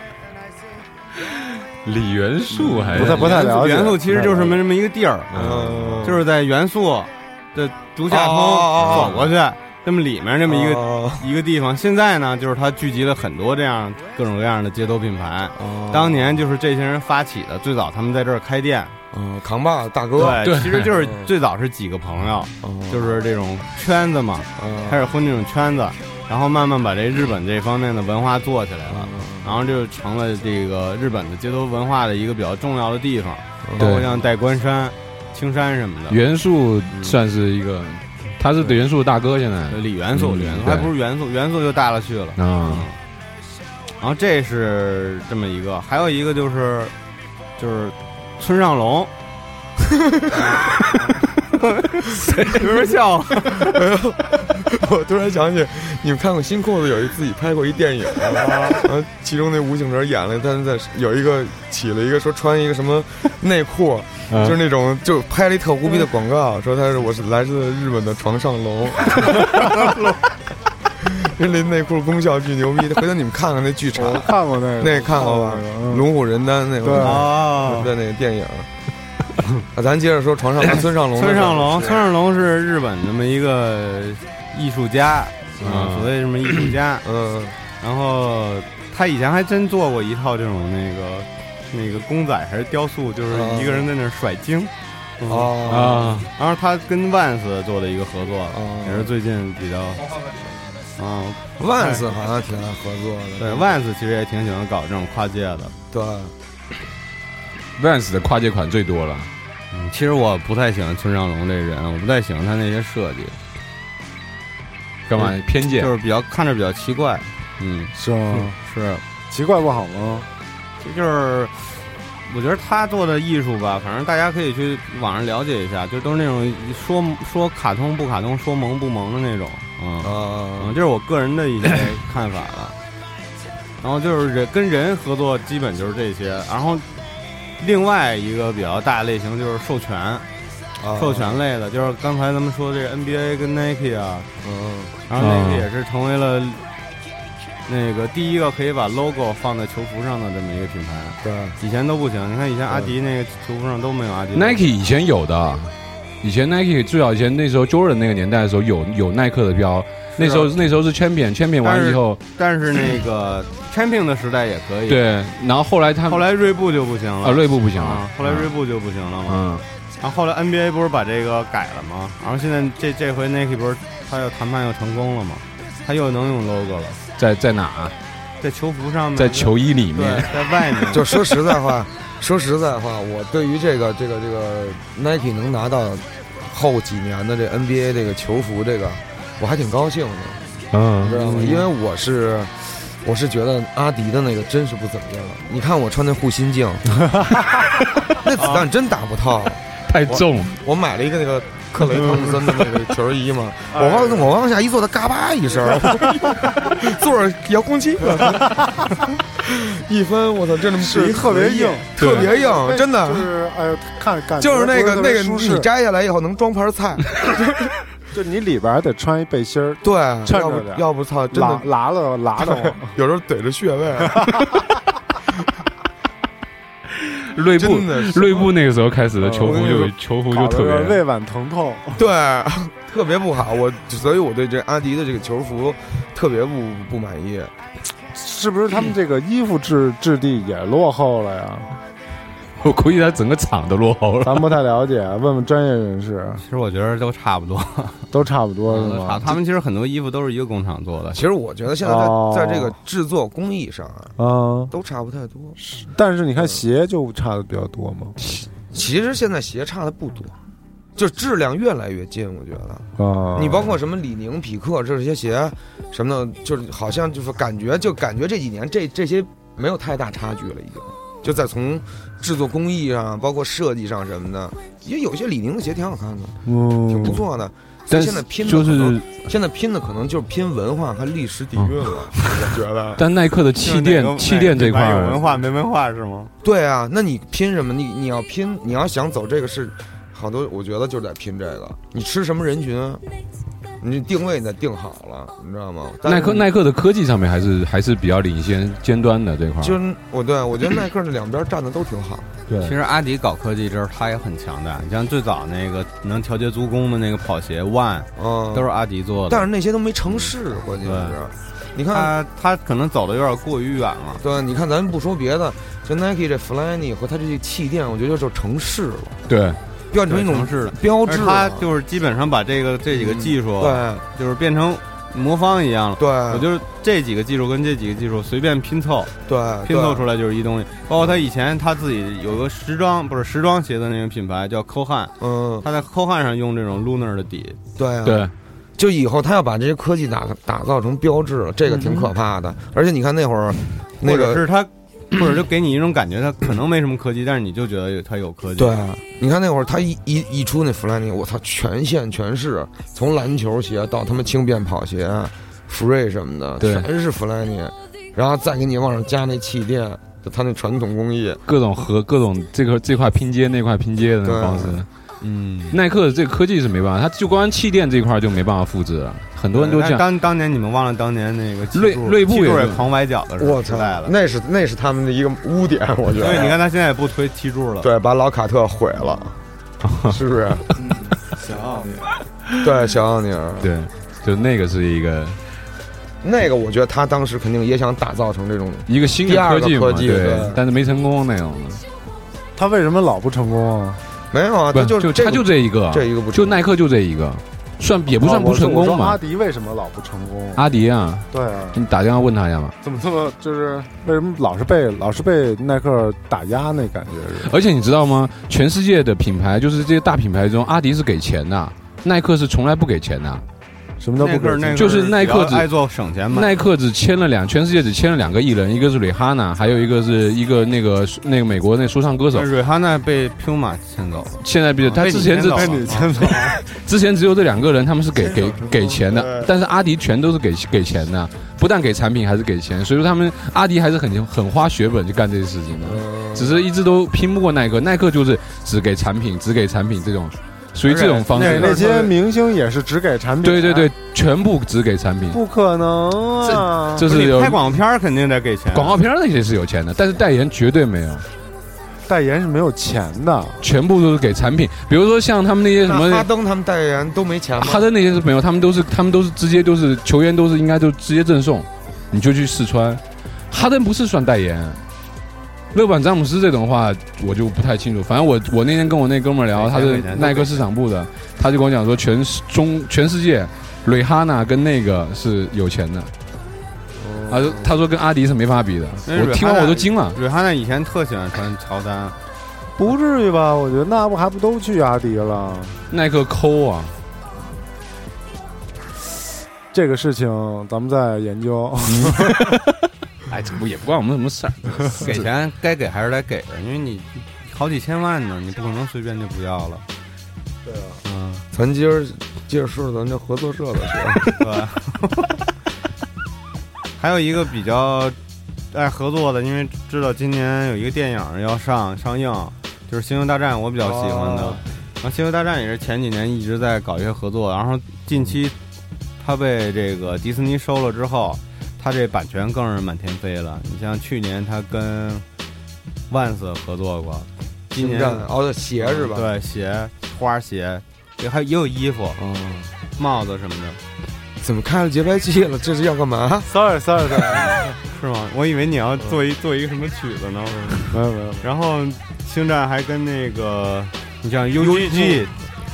Speaker 4: 李元素还
Speaker 3: 不太不太了解。
Speaker 1: 元素其实就是没这么一个地儿，
Speaker 2: 嗯，
Speaker 1: 就是在元素的足下通
Speaker 2: 哦哦哦哦
Speaker 1: 走过去，这么里面这么一
Speaker 3: 哦
Speaker 1: 个
Speaker 2: 个
Speaker 1: 一个地方。现在呢，就是它聚集了很多这样各种各样的街头品牌。
Speaker 3: 哦
Speaker 1: 当年就是这些人发起的，最早他们在这儿开店，
Speaker 2: 嗯，扛把大
Speaker 3: 哦
Speaker 2: 哥，
Speaker 1: 对，其实就是
Speaker 2: 嗯
Speaker 1: 最早是几个朋友，
Speaker 2: 嗯
Speaker 1: 就是这种圈子嘛，
Speaker 2: 嗯
Speaker 1: 开始混这种圈子，然后慢慢把这日本这方面的文化做起来
Speaker 2: 哦
Speaker 1: 了，
Speaker 4: 嗯
Speaker 1: 然后就成了这个日本的街头文化的一个比较重要的地方，包括
Speaker 4: 对
Speaker 1: 像代官山、青山什么的。
Speaker 4: 元素算是一个，他是元素大哥现在
Speaker 1: 呃李元素，
Speaker 4: 嗯
Speaker 1: 李元素还
Speaker 4: 对
Speaker 1: 不是元素，元素就大了去了。
Speaker 4: 啊，
Speaker 1: 然后这是这么一个，还有一个就是就是村上龙， 有人笑我，
Speaker 2: 我突然想起，你们看过《新裤子》有一自己拍过一电影，然后其中那吴敬哲演了，但是在有一个起了一个说穿一个什么内裤，就是那种就拍了一特无
Speaker 1: 嗯
Speaker 2: 逼的广告，说他是我是来自日本的床上 龙。 就是那内裤功效巨牛逼，回头你们看看那剧场
Speaker 3: 我，看过那个，
Speaker 2: 那看过吧
Speaker 1: 哦
Speaker 3: 嗯
Speaker 2: 龙虎人丹那
Speaker 3: 对
Speaker 1: 啊
Speaker 2: 个的那个电影。啊，咱接着说床上龙村上龙的
Speaker 1: 村
Speaker 2: 事儿，
Speaker 1: 上龙，
Speaker 2: 是
Speaker 1: 村上龙是日本这么一个艺术家啊，所谓这么艺术家，
Speaker 2: 嗯，
Speaker 1: 然后他以前还真做过一套这种那个那个公仔还是雕塑，就是一个人在那儿甩精。
Speaker 2: 哦
Speaker 4: 啊，
Speaker 1: 然后他跟万斯做的一个合作，
Speaker 2: 哦
Speaker 1: 也是最近比较，嗯，
Speaker 2: 万斯好像挺爱合作的，
Speaker 1: 对，万斯其实也挺喜欢搞这种跨界的。
Speaker 2: 对，啊
Speaker 4: Vans 的跨界款最多了，
Speaker 1: 嗯，其实我不太喜欢村上龙这人，我不太喜欢他那些设计，
Speaker 4: 干嘛偏见
Speaker 1: 就？是比较看着比较奇怪。嗯，
Speaker 3: 是
Speaker 4: 啊
Speaker 3: 吗？
Speaker 1: 是，
Speaker 3: 奇怪不好吗？
Speaker 1: 这就是。我觉得他做的艺术吧，反正大家可以去网上了解一下，就都是那种说说卡通不卡通，说萌不萌的那种，嗯，嗯，
Speaker 2: 啊，
Speaker 1: 这是我个人的一些看法了。然后就是人跟人合作，基本就是这些。然后另外一个比较大的类型就是授权，
Speaker 2: 啊
Speaker 1: 授权类的，就是刚才咱们说这个 NBA 跟 Nike 啊，
Speaker 2: 嗯，
Speaker 1: 然后 Nike
Speaker 4: 啊
Speaker 1: 也是成为了那个第一个可以把 logo 放在球服上的这么一个品牌。
Speaker 2: 对，
Speaker 1: 以前都不行，你看以前阿迪那个球服上都没有阿迪
Speaker 4: Nike 以前有的，以前 Nike 最早以前那时候 Jordan 那个年代的时候有有耐克的标，那时候那时候是 Champion
Speaker 1: 啊但
Speaker 4: Champion 完
Speaker 1: 是
Speaker 4: 以后，
Speaker 1: 但是那 个 Champion 的时代也可以。，
Speaker 4: 对，然后后来他
Speaker 1: 后
Speaker 4: 来
Speaker 1: 来锐步就不行了
Speaker 4: 啊锐步不行
Speaker 1: 啊
Speaker 4: 了，，
Speaker 1: 后来锐步就不行了嘛。啊
Speaker 4: 嗯
Speaker 1: 然后后来 NBA 不是把这个改了吗？然后现在这这回 Nike 不是他又谈判又成功了吗？他又能用 logo 了，
Speaker 4: 在在哪啊？
Speaker 1: 在球服上面，
Speaker 4: 在球衣里
Speaker 1: 对
Speaker 4: 面，，
Speaker 1: 在外 面
Speaker 2: 就说实在话，说实在话，我对于这个这个这个 Nike 能拿到后几年的这 NBA 这个球服这个，我还挺高兴的，你
Speaker 4: 嗯
Speaker 2: 知道吗？因为我是。我是觉得阿迪的那个真是不怎么样，你看我穿那护心 镜，那子弹真打不透。
Speaker 4: 太重，
Speaker 2: 我买了一个那个克雷汤普森的那个球衣嘛，我
Speaker 4: 哎
Speaker 2: 往我往下一坐，他嘎巴一声，坐着遥控器了，一翻，我操，真的
Speaker 3: 是特别硬，
Speaker 2: 特别
Speaker 3: 那
Speaker 2: 硬，真的
Speaker 3: 就是哎呦，看感觉
Speaker 2: 就是那
Speaker 3: 不
Speaker 2: 个那
Speaker 3: 特别
Speaker 2: 个，
Speaker 3: 舒
Speaker 2: 你
Speaker 3: 适
Speaker 2: 摘下来以后能装 盘菜，
Speaker 3: 就你里边儿得穿一背心儿，
Speaker 2: 对，
Speaker 3: 衬
Speaker 2: 要
Speaker 3: 着
Speaker 2: 不
Speaker 3: 点
Speaker 2: 要不操，真的
Speaker 3: 拉拉了拉 了我，
Speaker 2: 有时候怼着穴位，
Speaker 4: 锐步
Speaker 2: 真的 是
Speaker 4: 锐步那个时候开始
Speaker 2: 哦
Speaker 4: 的球服
Speaker 2: 我跟
Speaker 4: 就
Speaker 2: 你
Speaker 4: 球服就
Speaker 3: 搞
Speaker 4: 特
Speaker 3: 得
Speaker 4: 别
Speaker 3: 胃脘疼痛。
Speaker 2: 对，特别不好。我所以我对这阿迪的这个球服特别不不满意。
Speaker 3: 是不是他们这个衣服质质地也落后了呀？
Speaker 4: 我估计他整个厂都落后了。
Speaker 3: 咱不太了解，啊问问专业人士，
Speaker 1: 其实我觉得都差不 多，
Speaker 3: 都差不多是
Speaker 4: 嗯
Speaker 1: 差
Speaker 3: 吗？
Speaker 1: 他们其实很多衣服都是一个工厂做的
Speaker 2: 其，实我觉得现在在、
Speaker 3: 哦
Speaker 2: 在这个制作工艺上啊，
Speaker 3: 嗯，
Speaker 2: 都差不太多。
Speaker 3: 但是你看鞋就差的比较多嘛，
Speaker 2: 其实现在鞋差的不多，就质量越来越近。我觉得，
Speaker 3: 啊，
Speaker 2: 你包括什么李宁、匹克这些鞋什么的，就是好像就是感觉就感觉这几年这这些没有太大差距了，已经。就在从制作工艺上，包括设计上什么的，也有些李宁的鞋挺好看的，挺
Speaker 3: 嗯
Speaker 2: 不，错的。
Speaker 4: 但
Speaker 2: 现在拼的
Speaker 4: 就
Speaker 2: 可能
Speaker 4: 是，
Speaker 2: 现在拼的可能就是拼文化和历史底蕴
Speaker 4: 嗯
Speaker 2: 了，我觉得。
Speaker 4: 但耐克的气垫气垫这块
Speaker 1: 哎有
Speaker 4: 儿
Speaker 1: 文，化没文化是吗？
Speaker 2: 对啊，那你拼什么？你你要拼，你要想走这个是，好多我觉得就是在拼这个。你吃什么人群啊？你定位你得定好了，你知道吗？但是
Speaker 4: 耐克耐克的科技上面还是还是比较领先尖端的这块儿。
Speaker 2: 就是我对我觉得耐克这两边站的都挺好。
Speaker 1: 其实阿迪搞科技这儿他也很强的，你像最早那个能调节足弓的那个跑鞋 One
Speaker 2: 嗯，
Speaker 1: 都是阿迪做的，嗯哎
Speaker 2: 但是那些都没成事，关键是，你看。
Speaker 1: 他他可能走的有点过于远了。
Speaker 2: 对，你看，咱不说别的，就 Nike 这 Flyknit 和它这个气垫，我觉得就是成事了，
Speaker 4: 对，
Speaker 2: 变成一种
Speaker 1: 对成事了
Speaker 2: 标
Speaker 1: 而
Speaker 2: 志了。
Speaker 1: 他就是基本上把这个这几个技术，
Speaker 2: 对
Speaker 1: 就是变成魔方一样了。
Speaker 2: 对，
Speaker 1: 我就是这几个技术跟这几个技术随便拼凑，
Speaker 2: 对
Speaker 1: 拼凑
Speaker 2: 对
Speaker 1: 出来就是一东西。包括他以前他自己有个时装，不是时装鞋的那个品牌叫 Cohan，
Speaker 2: 嗯，
Speaker 1: 他在 Cohan 上用这种 Lunar 的底，
Speaker 2: 对啊，，
Speaker 4: 对，
Speaker 2: 就以后他要把这些科技打打造成标志，这
Speaker 1: 嗯
Speaker 2: 个挺可怕的。而且你看那会儿，那
Speaker 1: 或者
Speaker 2: 个
Speaker 1: 是他， 或者就给你一种感觉，他可能没什么科技，但是你就觉得有他有科技。
Speaker 2: 对，啊，你看那会儿他一一一出那弗兰尼，我操，全县全市，从篮球鞋到他妈轻便跑鞋、Free 什么的，
Speaker 4: 对
Speaker 2: 全是弗兰尼，然后再给你往上加那气垫，就他那传统工艺，
Speaker 4: 各种和各种这个这块拼接那块拼接的那个方式。
Speaker 1: 嗯。
Speaker 4: 耐克的这个科技是没办法，它就光气垫这块儿就没办法复制了，很多人都这
Speaker 1: 但
Speaker 4: 样。
Speaker 1: 当当年你们忘了当年那个
Speaker 4: 锐锐步
Speaker 1: 也
Speaker 4: 也
Speaker 1: 也
Speaker 4: 是
Speaker 1: 狂崴脚的时候
Speaker 2: 我
Speaker 1: 时
Speaker 2: 操
Speaker 1: 代，了，
Speaker 2: 那是那是他们的一个污 点，我觉
Speaker 1: 所以你
Speaker 2: 得。
Speaker 1: 看他现在也不推踢柱了。
Speaker 2: 对，把老卡特毁 了，是不是？
Speaker 5: 小奥运
Speaker 2: 对，小奥尼尔。
Speaker 4: 对，就那个是一个
Speaker 2: 那个我觉得他当时肯定也想打造成这种，
Speaker 4: 一个新的
Speaker 2: 第二
Speaker 4: 科
Speaker 2: 个
Speaker 4: 技嘛，
Speaker 2: 科技对
Speaker 4: 但是没成功那种的。
Speaker 3: 他为什么老不成功啊？
Speaker 2: 没有啊，
Speaker 4: 不
Speaker 2: 他就
Speaker 4: 就
Speaker 2: 这
Speaker 4: 他
Speaker 2: 个
Speaker 4: 就这一个，啊
Speaker 2: 这一个不
Speaker 4: 就
Speaker 2: 成
Speaker 4: 耐克就这一个，算也不算
Speaker 3: 啊
Speaker 4: 不成
Speaker 3: 我说
Speaker 4: 功
Speaker 3: 我说阿
Speaker 4: 吧。
Speaker 3: 迪为什么老不成功？
Speaker 4: 阿迪啊，
Speaker 3: 对啊，
Speaker 4: 你打电话问他一下嘛。
Speaker 3: 怎么这么就是为什么老是被老是被耐克打压那感觉是？
Speaker 4: 而且你知道吗？全世界的品牌，就是这些大品牌中，阿迪是给钱的，耐克是从来不给钱的。
Speaker 3: 什么都
Speaker 1: 耐
Speaker 3: 不
Speaker 1: 克
Speaker 3: 可
Speaker 1: 那个
Speaker 4: 就是耐克
Speaker 1: 比较爱做省钱买，
Speaker 4: 耐克只签了两，全世界只签了两个艺人，一个是蕾哈娜，还有一个是一个那个那个美国那说唱歌手。
Speaker 1: 瑞哈娜被彪马牵走了，
Speaker 4: 现在不是他
Speaker 1: 被
Speaker 4: 之
Speaker 1: 你
Speaker 4: 前
Speaker 1: 牵
Speaker 4: 是
Speaker 1: 走了
Speaker 3: 走 了，
Speaker 4: 之前只有这两个人，他们是给给给钱的
Speaker 2: 对，
Speaker 4: 但是阿迪全都是给给钱的，不但给产品，还是给钱，所以说他们阿迪还是很很花血本去干这些事情的，只是一直都拼不过耐克，耐克就是只给产品，只给产品这种，属于这种方
Speaker 3: 那
Speaker 4: 式
Speaker 3: 那，些明星也是只给产品，
Speaker 4: 对对对，，全部只给产品，
Speaker 3: 不可能啊！
Speaker 4: 这
Speaker 1: 不
Speaker 4: 是
Speaker 1: 是
Speaker 4: 有
Speaker 1: 你拍广告片儿肯定得给钱，
Speaker 4: 广告片那些是有钱的，但是代言绝对没有，
Speaker 3: 代言是没有钱的，
Speaker 4: 全部都是给产品，比如说像他们那些什
Speaker 2: 那哈
Speaker 4: 么。
Speaker 2: 登他们代言都没钱吗？
Speaker 4: 啊哈登那些是没有，他们都是他们都是直接都是球员都是应该就直接赠送，你就去试穿。哈登不是算代言，勒布朗詹姆斯这种话我就不太清楚。反正我我那天跟我那哥们儿聊，
Speaker 1: 没钱
Speaker 4: 他是
Speaker 1: 没钱
Speaker 4: 耐克市场部的，他就跟我讲说全世中全世界。蕾哈娜跟那个是有钱的，啊，他说跟阿迪是没法比的。
Speaker 1: 那
Speaker 4: 我听完我都惊了，
Speaker 1: 瑞哈娜以前特喜欢穿乔 丹，
Speaker 3: 不至于吧？我觉得那不还不都去阿迪了？
Speaker 4: 耐克抠啊，
Speaker 3: 这个事情咱们再研究。
Speaker 4: 哎，这不也不关我们什么事儿。
Speaker 1: 给钱该给还是得给的，因为你好几千万呢，你不可能随便就不要了。
Speaker 2: 对啊，
Speaker 1: 嗯，
Speaker 2: 咱今儿接着说说咱这合作社的事 儿。
Speaker 1: 对吧？还有一个比较爱合作的，因为知道今年有一个电影要上上映，就是《星球大战》，我比较喜欢的。
Speaker 2: 哦
Speaker 1: 然后《星球大战》也是前几年一直在搞一些合作，然后近期它被这个迪士尼收了之后，它这版权更是满天飞了。你像去年它跟万斯合作过，今
Speaker 2: 星
Speaker 1: 年
Speaker 2: 战哦，鞋是吧？，
Speaker 1: 对鞋、花鞋，也还也有衣服、
Speaker 2: 嗯，
Speaker 1: 帽子什么的，
Speaker 2: 怎么开了节拍器了？这是要干嘛？
Speaker 3: ，sorry sorry sorry，
Speaker 1: 是吗？我以为你要做
Speaker 2: 嗯
Speaker 1: 一做一个什么曲子呢。
Speaker 3: 没有没有，
Speaker 1: 然后星战还跟那个，你像
Speaker 2: 优衣
Speaker 1: UGG、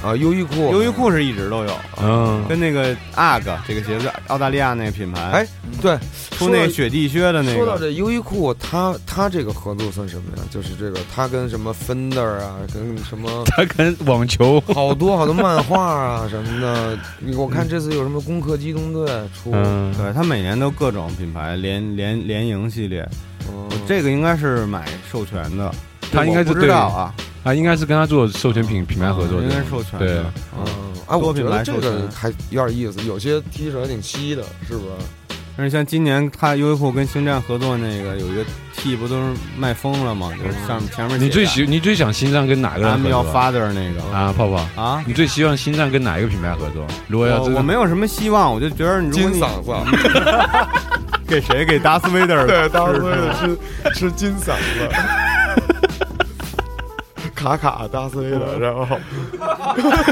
Speaker 2: 啊，优衣库，
Speaker 1: 优衣，库是一直都有，
Speaker 2: 嗯，
Speaker 1: 跟那个 UGG 这个鞋子，澳大利亚那个品牌，
Speaker 2: 哎，对，
Speaker 1: 出那雪地靴的那
Speaker 2: 啊说到
Speaker 1: 个，
Speaker 2: 这优衣库，它它这个合作算什么呀？就是这个，它跟什么 Fender 啊，跟 什么
Speaker 4: 他跟网球
Speaker 2: 好多好多漫画啊什么的。我看这次有什么《攻克机动队》出，
Speaker 4: 嗯，
Speaker 1: 对，它每年都各种品牌联联联营系列，
Speaker 2: 嗯
Speaker 1: 这个应该是买授权的，
Speaker 4: 它应该是
Speaker 1: 我不知道啊，
Speaker 4: 啊，应该是跟他做授权品品牌合作
Speaker 1: 应
Speaker 4: 的
Speaker 1: 该，是授权
Speaker 4: 对
Speaker 1: 的，嗯
Speaker 2: 嗯，啊，
Speaker 1: 多
Speaker 2: 我觉
Speaker 1: 品牌
Speaker 2: 得这
Speaker 1: 授
Speaker 2: 个
Speaker 1: 权
Speaker 2: 还有点意思，有些 T 恤还挺稀的，是不是？
Speaker 1: 但是像今年它优衣库跟星战合作那个有一个 T 不都是卖疯了吗？就是上前面
Speaker 4: 你最
Speaker 1: 喜
Speaker 4: 喜你最想新战跟哪个人
Speaker 1: I'm
Speaker 4: 合
Speaker 1: your
Speaker 4: 作
Speaker 1: father 那个
Speaker 4: 啊？泡泡，
Speaker 1: 啊，
Speaker 4: 你最希望新战跟哪一个品牌合作？如果要
Speaker 1: 我
Speaker 4: 真的
Speaker 1: 我没有什么希望，我就觉得如果
Speaker 2: 金
Speaker 1: 你
Speaker 2: 嗓子，
Speaker 1: 给谁给达斯维德
Speaker 2: 对，当时是是金嗓子， 卡卡达斯维德，然后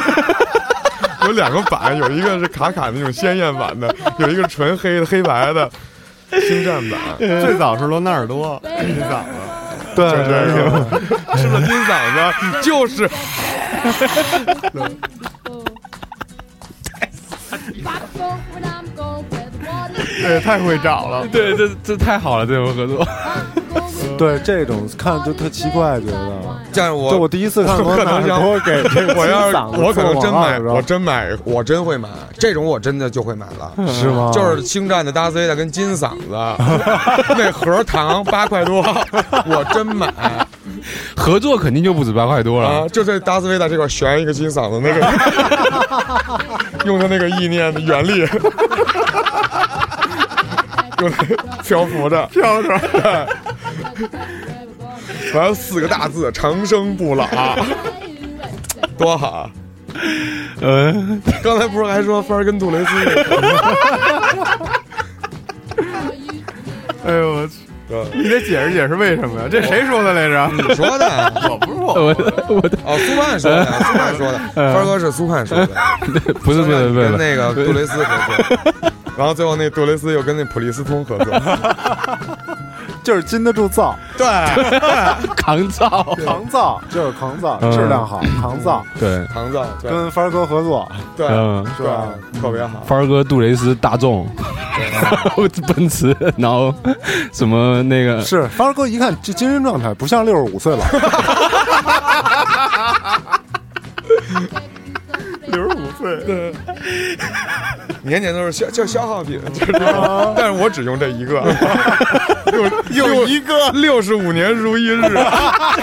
Speaker 2: 有两个版，有一个是卡卡那种鲜艳版的，有一个纯黑的黑白的星战版，
Speaker 1: 最早是罗纳尔多，最早
Speaker 2: 对对对，吃了金嗓子就是
Speaker 1: 对太会找了。
Speaker 4: 对，这这太好了，这种合作。
Speaker 3: 对这种看就特奇怪，觉得。
Speaker 2: 但是我
Speaker 3: 就我第一次看罗纳尔多给这 个
Speaker 2: 我要是
Speaker 3: 金嗓子啊
Speaker 2: 我可能
Speaker 3: 做
Speaker 2: 真
Speaker 3: 广告
Speaker 2: 买，
Speaker 3: 你知道
Speaker 2: 我
Speaker 3: 吗
Speaker 2: 真买，我真会买这种，我真的就会买了。
Speaker 3: 是吗？
Speaker 2: 就是星战的达斯维达跟金嗓子， 那盒糖八块多，我真买啊！
Speaker 4: 合作肯定就不止八块
Speaker 5: 啊
Speaker 4: 多了。
Speaker 2: 就这达斯维达这块悬一个金嗓子那个， 用他那个意念的原力， 用它漂浮着，漂 着，完了四个大字“长生不老”，多好！
Speaker 4: 嗯，
Speaker 2: 刚才不是还说帆跟杜蕾斯那个？
Speaker 1: 哎呦我去，你得解释解释为什么呀？这谁说的来着？
Speaker 2: 你说的。
Speaker 1: 我不是我，
Speaker 4: 我我呃的
Speaker 2: 哦，苏盼说的，苏盼说的，帆哥是苏盼 说的，
Speaker 4: 不是不是不
Speaker 2: 跟
Speaker 4: 是
Speaker 2: 那个杜蕾斯合作， 然后最后那杜蕾斯又跟那普利斯通合 作，
Speaker 3: 就是经得住造，
Speaker 2: 对，
Speaker 4: 扛造。
Speaker 3: 抗造就是抗造，
Speaker 4: 嗯
Speaker 3: 质量好，抗造
Speaker 4: 对，
Speaker 2: 唐造，对
Speaker 3: 跟帆儿哥合作，
Speaker 2: 对，
Speaker 4: 嗯，
Speaker 3: 是吧？
Speaker 2: 特别好，
Speaker 4: 帆儿哥、杜蕾斯、大众、 奔驰，然后什么那个
Speaker 3: 是帆儿哥一看这精神状态不像六十五 岁了，
Speaker 5: 六十五岁，
Speaker 2: 年年都是消就消耗品， 就是，但是我只用这一 个，有有一个六十五年如一 日，就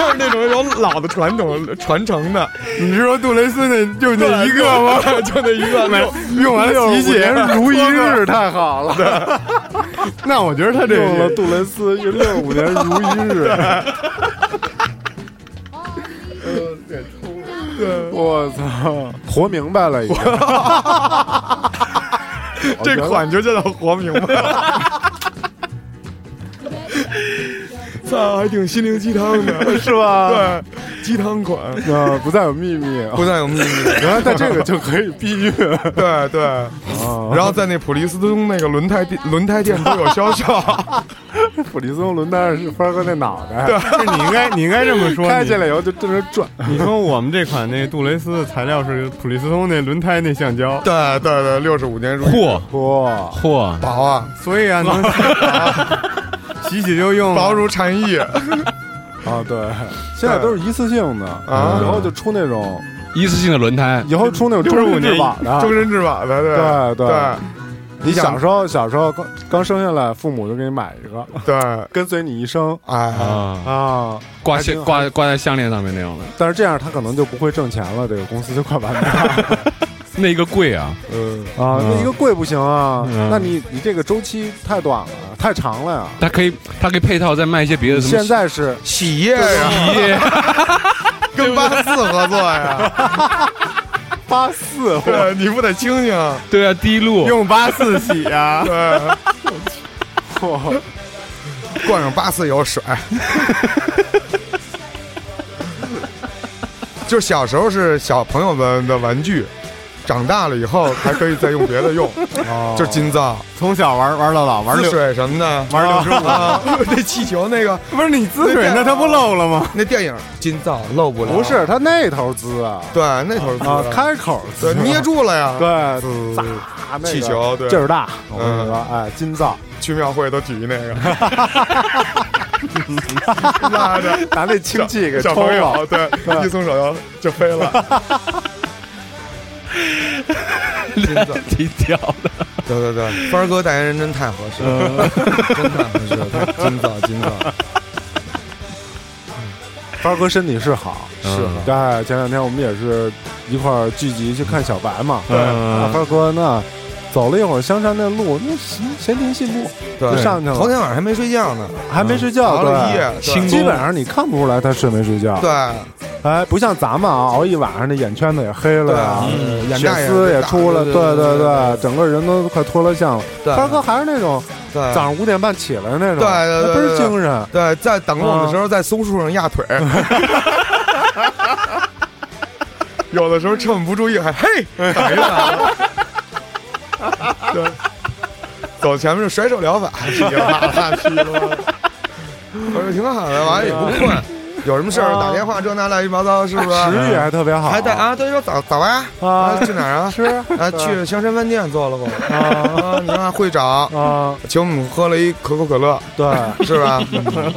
Speaker 2: 是那种有老的传统传承的，
Speaker 1: 你是说杜蕾斯那就那一个吗？
Speaker 2: 啊就那一个，
Speaker 1: 用完皮鞋如一日，
Speaker 3: 太好了，
Speaker 1: 那我觉得他这
Speaker 3: 用了杜蕾斯六五年如一 日，我操，活明白了已经。
Speaker 2: 这款就叫做活明白了。 操，还挺心灵鸡汤 的，是吧？对，鸡汤款，
Speaker 3: 啊，不再有秘密，
Speaker 2: 不再有秘密。
Speaker 3: 原来在这个就可以避孕
Speaker 2: 对对，
Speaker 3: 啊！
Speaker 2: 然后在那普利司通那个轮胎店，轮胎店都有销售。
Speaker 3: 普利斯通轮胎是帆儿哥那脑袋，
Speaker 1: 是你应该你应该这么说。
Speaker 3: 开
Speaker 1: 你
Speaker 3: 起来以后就正着转，
Speaker 1: 你说我们这款那杜蕾斯的材料是普利司通那轮胎那橡胶，
Speaker 2: 对对对，六十五年如一
Speaker 4: 货
Speaker 3: 哇！
Speaker 4: 货，
Speaker 2: 薄啊，
Speaker 1: 所以啊能洗洗就用，
Speaker 2: 薄如蝉翼。
Speaker 3: 啊，对，现在都是一次性的，
Speaker 2: 啊
Speaker 3: 以后就出那种，
Speaker 4: 一次性的轮胎，
Speaker 3: 以后出那种
Speaker 2: 65
Speaker 3: 中日
Speaker 2: 年
Speaker 3: 瓦的，
Speaker 2: 终身制瓦的，
Speaker 3: 对
Speaker 2: 对
Speaker 3: 对你小时候小时候刚刚生下来，父母就给你买 一个，
Speaker 5: 对，
Speaker 3: 跟随你一生
Speaker 5: 哎，
Speaker 4: 啊，
Speaker 3: 啊。
Speaker 4: 挂
Speaker 3: 还挺
Speaker 4: 项挂挂在项链上面那种的，
Speaker 3: 但是这样他可能就不会挣钱了，这个公司就快完蛋了
Speaker 4: 那个贵啊，
Speaker 5: 嗯，
Speaker 3: 啊！那一个贵不行啊，
Speaker 4: 嗯
Speaker 3: 那你你这个周期太短了，太长了呀。
Speaker 4: 它可以它可以配套再卖一些别的什么啊
Speaker 3: 现在是
Speaker 5: 洗液呀，
Speaker 4: 洗衣液，
Speaker 5: 跟八四合作呀，
Speaker 3: 八四，啊
Speaker 5: 对，你不得清清，，
Speaker 4: 对啊，滴露，
Speaker 1: 用八四洗啊
Speaker 5: 对，灌上八四油水。就是小时候是小朋友们的玩具，长大了以后还可以再用别 的用，就
Speaker 2: 哦
Speaker 3: 就是
Speaker 5: 金造、
Speaker 1: 从小玩玩到老，玩
Speaker 5: 滋
Speaker 1: 六
Speaker 5: 水什 么的，
Speaker 1: 玩六十五，
Speaker 5: 啊，那气球那个
Speaker 1: 不是你滋水，那他不漏了吗？
Speaker 5: 那电影金造漏不了，
Speaker 3: 不是他那头滋啊
Speaker 5: 对那头
Speaker 3: 啊，
Speaker 5: 儿
Speaker 3: 开口
Speaker 5: 对
Speaker 3: 滋，
Speaker 5: 捏住了呀，
Speaker 3: 对
Speaker 5: 嗯
Speaker 3: 砸那个
Speaker 5: 气球对嗯
Speaker 3: 劲儿大，我跟你说，哎，金造，
Speaker 5: 去庙会都举那个，拉着
Speaker 3: 拿那氢气给
Speaker 5: 小
Speaker 3: 抽
Speaker 5: 朋
Speaker 3: 了
Speaker 5: 友，，对，一松手就就飞了，金造。
Speaker 4: 挺屌的，
Speaker 5: 对对对，帆儿哥代言人真太合适
Speaker 4: 呃
Speaker 5: 了，真太合适了，金造金造，
Speaker 3: 帆儿哥身体是好，
Speaker 4: 是
Speaker 3: 嗯对，前两天我们也是一块儿聚集去看小白嘛，啊，
Speaker 4: 嗯，
Speaker 3: 帆儿哥那走了一会儿香山那路，那闲闲庭信步，
Speaker 5: 对，
Speaker 3: 就上去了
Speaker 5: 头天晚上还没睡觉呢，
Speaker 3: 还没睡觉，
Speaker 5: 熬了一
Speaker 3: 对。
Speaker 5: 夜，
Speaker 4: 新
Speaker 3: 基本上你看不出来他睡没睡觉，
Speaker 5: 对
Speaker 3: 哎，不像咱们啊，熬一晚上那眼圈子也黑了呀，
Speaker 5: 对嗯眼
Speaker 3: 血
Speaker 5: 袋也
Speaker 3: 丝也
Speaker 5: 大
Speaker 3: 出了，
Speaker 5: 对
Speaker 3: 对
Speaker 5: 对对对
Speaker 3: 对，整个人都快脱了相了。
Speaker 5: 对
Speaker 3: 帆儿哥还是那种
Speaker 5: 对
Speaker 3: 早上五点半起来那种，
Speaker 5: 对对对
Speaker 3: 那倍儿
Speaker 5: 对
Speaker 3: 精神。
Speaker 5: 对，在等我的时候在松树上压腿， 有的时候趁我们不注意还 嘿打一打，对，走前面就甩手疗法，噼里啪啦噼里啪啦，我说挺好的，完了也不困，有什么事儿打电话这那乱七八啊糟是啊不是？
Speaker 3: 食欲还特别好，
Speaker 5: 还带啊，对，说早早吧，
Speaker 3: 啊
Speaker 5: 啊，去哪儿啊？
Speaker 3: 吃
Speaker 5: 啊，去香山饭店坐了会儿啊，你看会长
Speaker 3: 啊，
Speaker 5: 请我们喝了一可口可乐，
Speaker 3: 对
Speaker 5: 是 吧？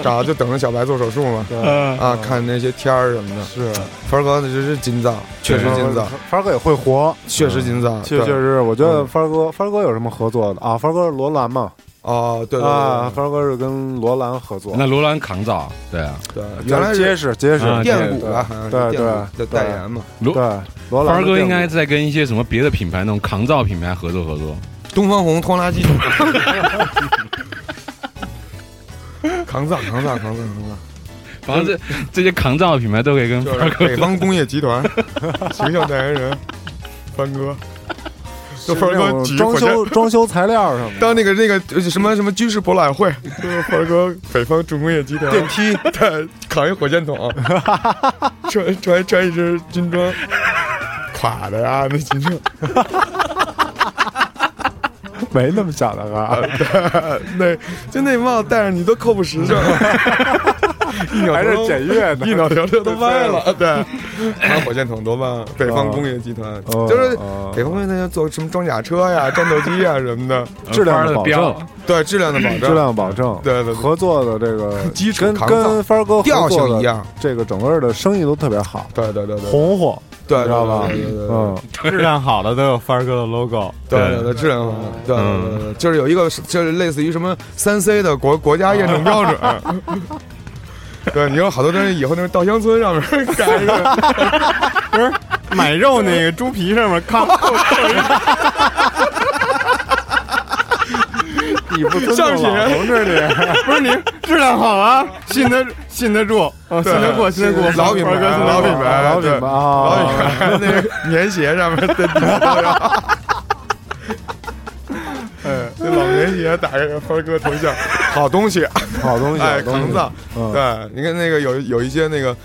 Speaker 5: 找就等着小白做手术嘛，
Speaker 3: 嗯对嗯
Speaker 5: 啊，看那些天儿什么的。
Speaker 3: 是，
Speaker 5: 凡哥那真是金藏，确实金藏，
Speaker 3: 帆儿哥也会活，
Speaker 5: 确实金藏，
Speaker 3: 确确
Speaker 5: 嗯对
Speaker 3: 实，我觉得
Speaker 5: 嗯
Speaker 3: 帆儿哥帆儿哥有什么合作的啊？帆儿哥是罗兰嘛，
Speaker 5: 哦，对
Speaker 3: 啊，
Speaker 5: 对
Speaker 3: 帆儿哥是跟罗兰合作，
Speaker 4: 那罗兰扛造，对啊，
Speaker 5: 对对，原来
Speaker 3: 结
Speaker 5: 是
Speaker 3: 实结实，
Speaker 4: 啊
Speaker 5: 电鼓吧，好像是
Speaker 3: 对对
Speaker 5: 电鼓的
Speaker 3: 对
Speaker 5: 代言嘛，
Speaker 4: 罗
Speaker 3: 对，罗兰
Speaker 4: 凡儿哥
Speaker 3: 的
Speaker 4: 应该
Speaker 3: 店
Speaker 4: 在跟一些什么别的品牌那种扛造品牌合作合作，
Speaker 5: 东方红拖拉机，扛造扛造扛造扛造，
Speaker 4: 反正这这些扛造的品牌都可以跟
Speaker 5: 就
Speaker 4: 凡儿
Speaker 5: 是
Speaker 4: 哥
Speaker 5: 北方工业集 团形象代言人，帆哥，就帆
Speaker 3: 是那
Speaker 5: 哥
Speaker 3: 种
Speaker 5: 举
Speaker 3: 装
Speaker 5: 火箭
Speaker 3: 修装修材料什么 的，
Speaker 5: 当那个那个呃什么什么军事博览会，就是华哥北方重工业集团电梯，对，扛一火 箭筒，穿穿穿一身军装，垮的呀、那军装，
Speaker 3: 没那么小的啊吧？
Speaker 5: 那就那帽子戴上你都扣不实 正，一
Speaker 3: 还
Speaker 5: 秒
Speaker 3: 是
Speaker 5: 钟
Speaker 3: 简约的
Speaker 5: 一脑条车都歪了，对，扛火箭筒多棒！北方工业集团
Speaker 3: 哦
Speaker 5: 就
Speaker 1: 啊
Speaker 5: 是
Speaker 3: 哦
Speaker 5: 北方工业集团做什么装甲 车呀、战斗机呀什么的，
Speaker 3: 质量
Speaker 4: 凡儿
Speaker 3: 的
Speaker 4: 呃的
Speaker 3: 保
Speaker 4: 标
Speaker 3: 证，，
Speaker 5: 对质量的保证，
Speaker 3: 质量保证，
Speaker 5: 对对对
Speaker 3: 合作的这个
Speaker 5: 基础
Speaker 3: 跟
Speaker 5: 扛造
Speaker 3: 跟帆儿哥合
Speaker 5: 调
Speaker 3: 作
Speaker 5: 性
Speaker 3: 的
Speaker 5: 一样，
Speaker 3: 这个整个的生意都特别好，
Speaker 5: 对对对对，
Speaker 3: 红火，
Speaker 5: 对
Speaker 3: 知道吧？
Speaker 5: 对对对对对
Speaker 3: 嗯，
Speaker 1: 质量好的都有帆儿哥的 logo，
Speaker 5: 对对对，质量好，对对对
Speaker 1: 嗯
Speaker 5: 对，就是有一个是就是类似于什么三 C 的国国家验证标准。对，你说好多东西以后那个稻香村上面 盖一个，
Speaker 1: 买肉那个猪皮上面 看，
Speaker 3: 你不尊重
Speaker 5: 上学
Speaker 3: 老同志你，
Speaker 1: 不是你质量好啊，信得信得住，啊信得过信得过，
Speaker 5: 老品牌，
Speaker 1: 帆儿哥信得过
Speaker 5: 老
Speaker 1: 哦
Speaker 5: 品牌，
Speaker 3: 老品牌
Speaker 5: 对
Speaker 3: 啊
Speaker 5: 老品牌，那哦个棉鞋上面的底 座呀，嗯，那老棉鞋打个帆哥头像，好东西，
Speaker 3: 好东西，
Speaker 5: 哎，
Speaker 3: 好东
Speaker 5: 扛
Speaker 3: 西
Speaker 5: 造，
Speaker 3: 嗯
Speaker 5: 对，你看那个有有一些那个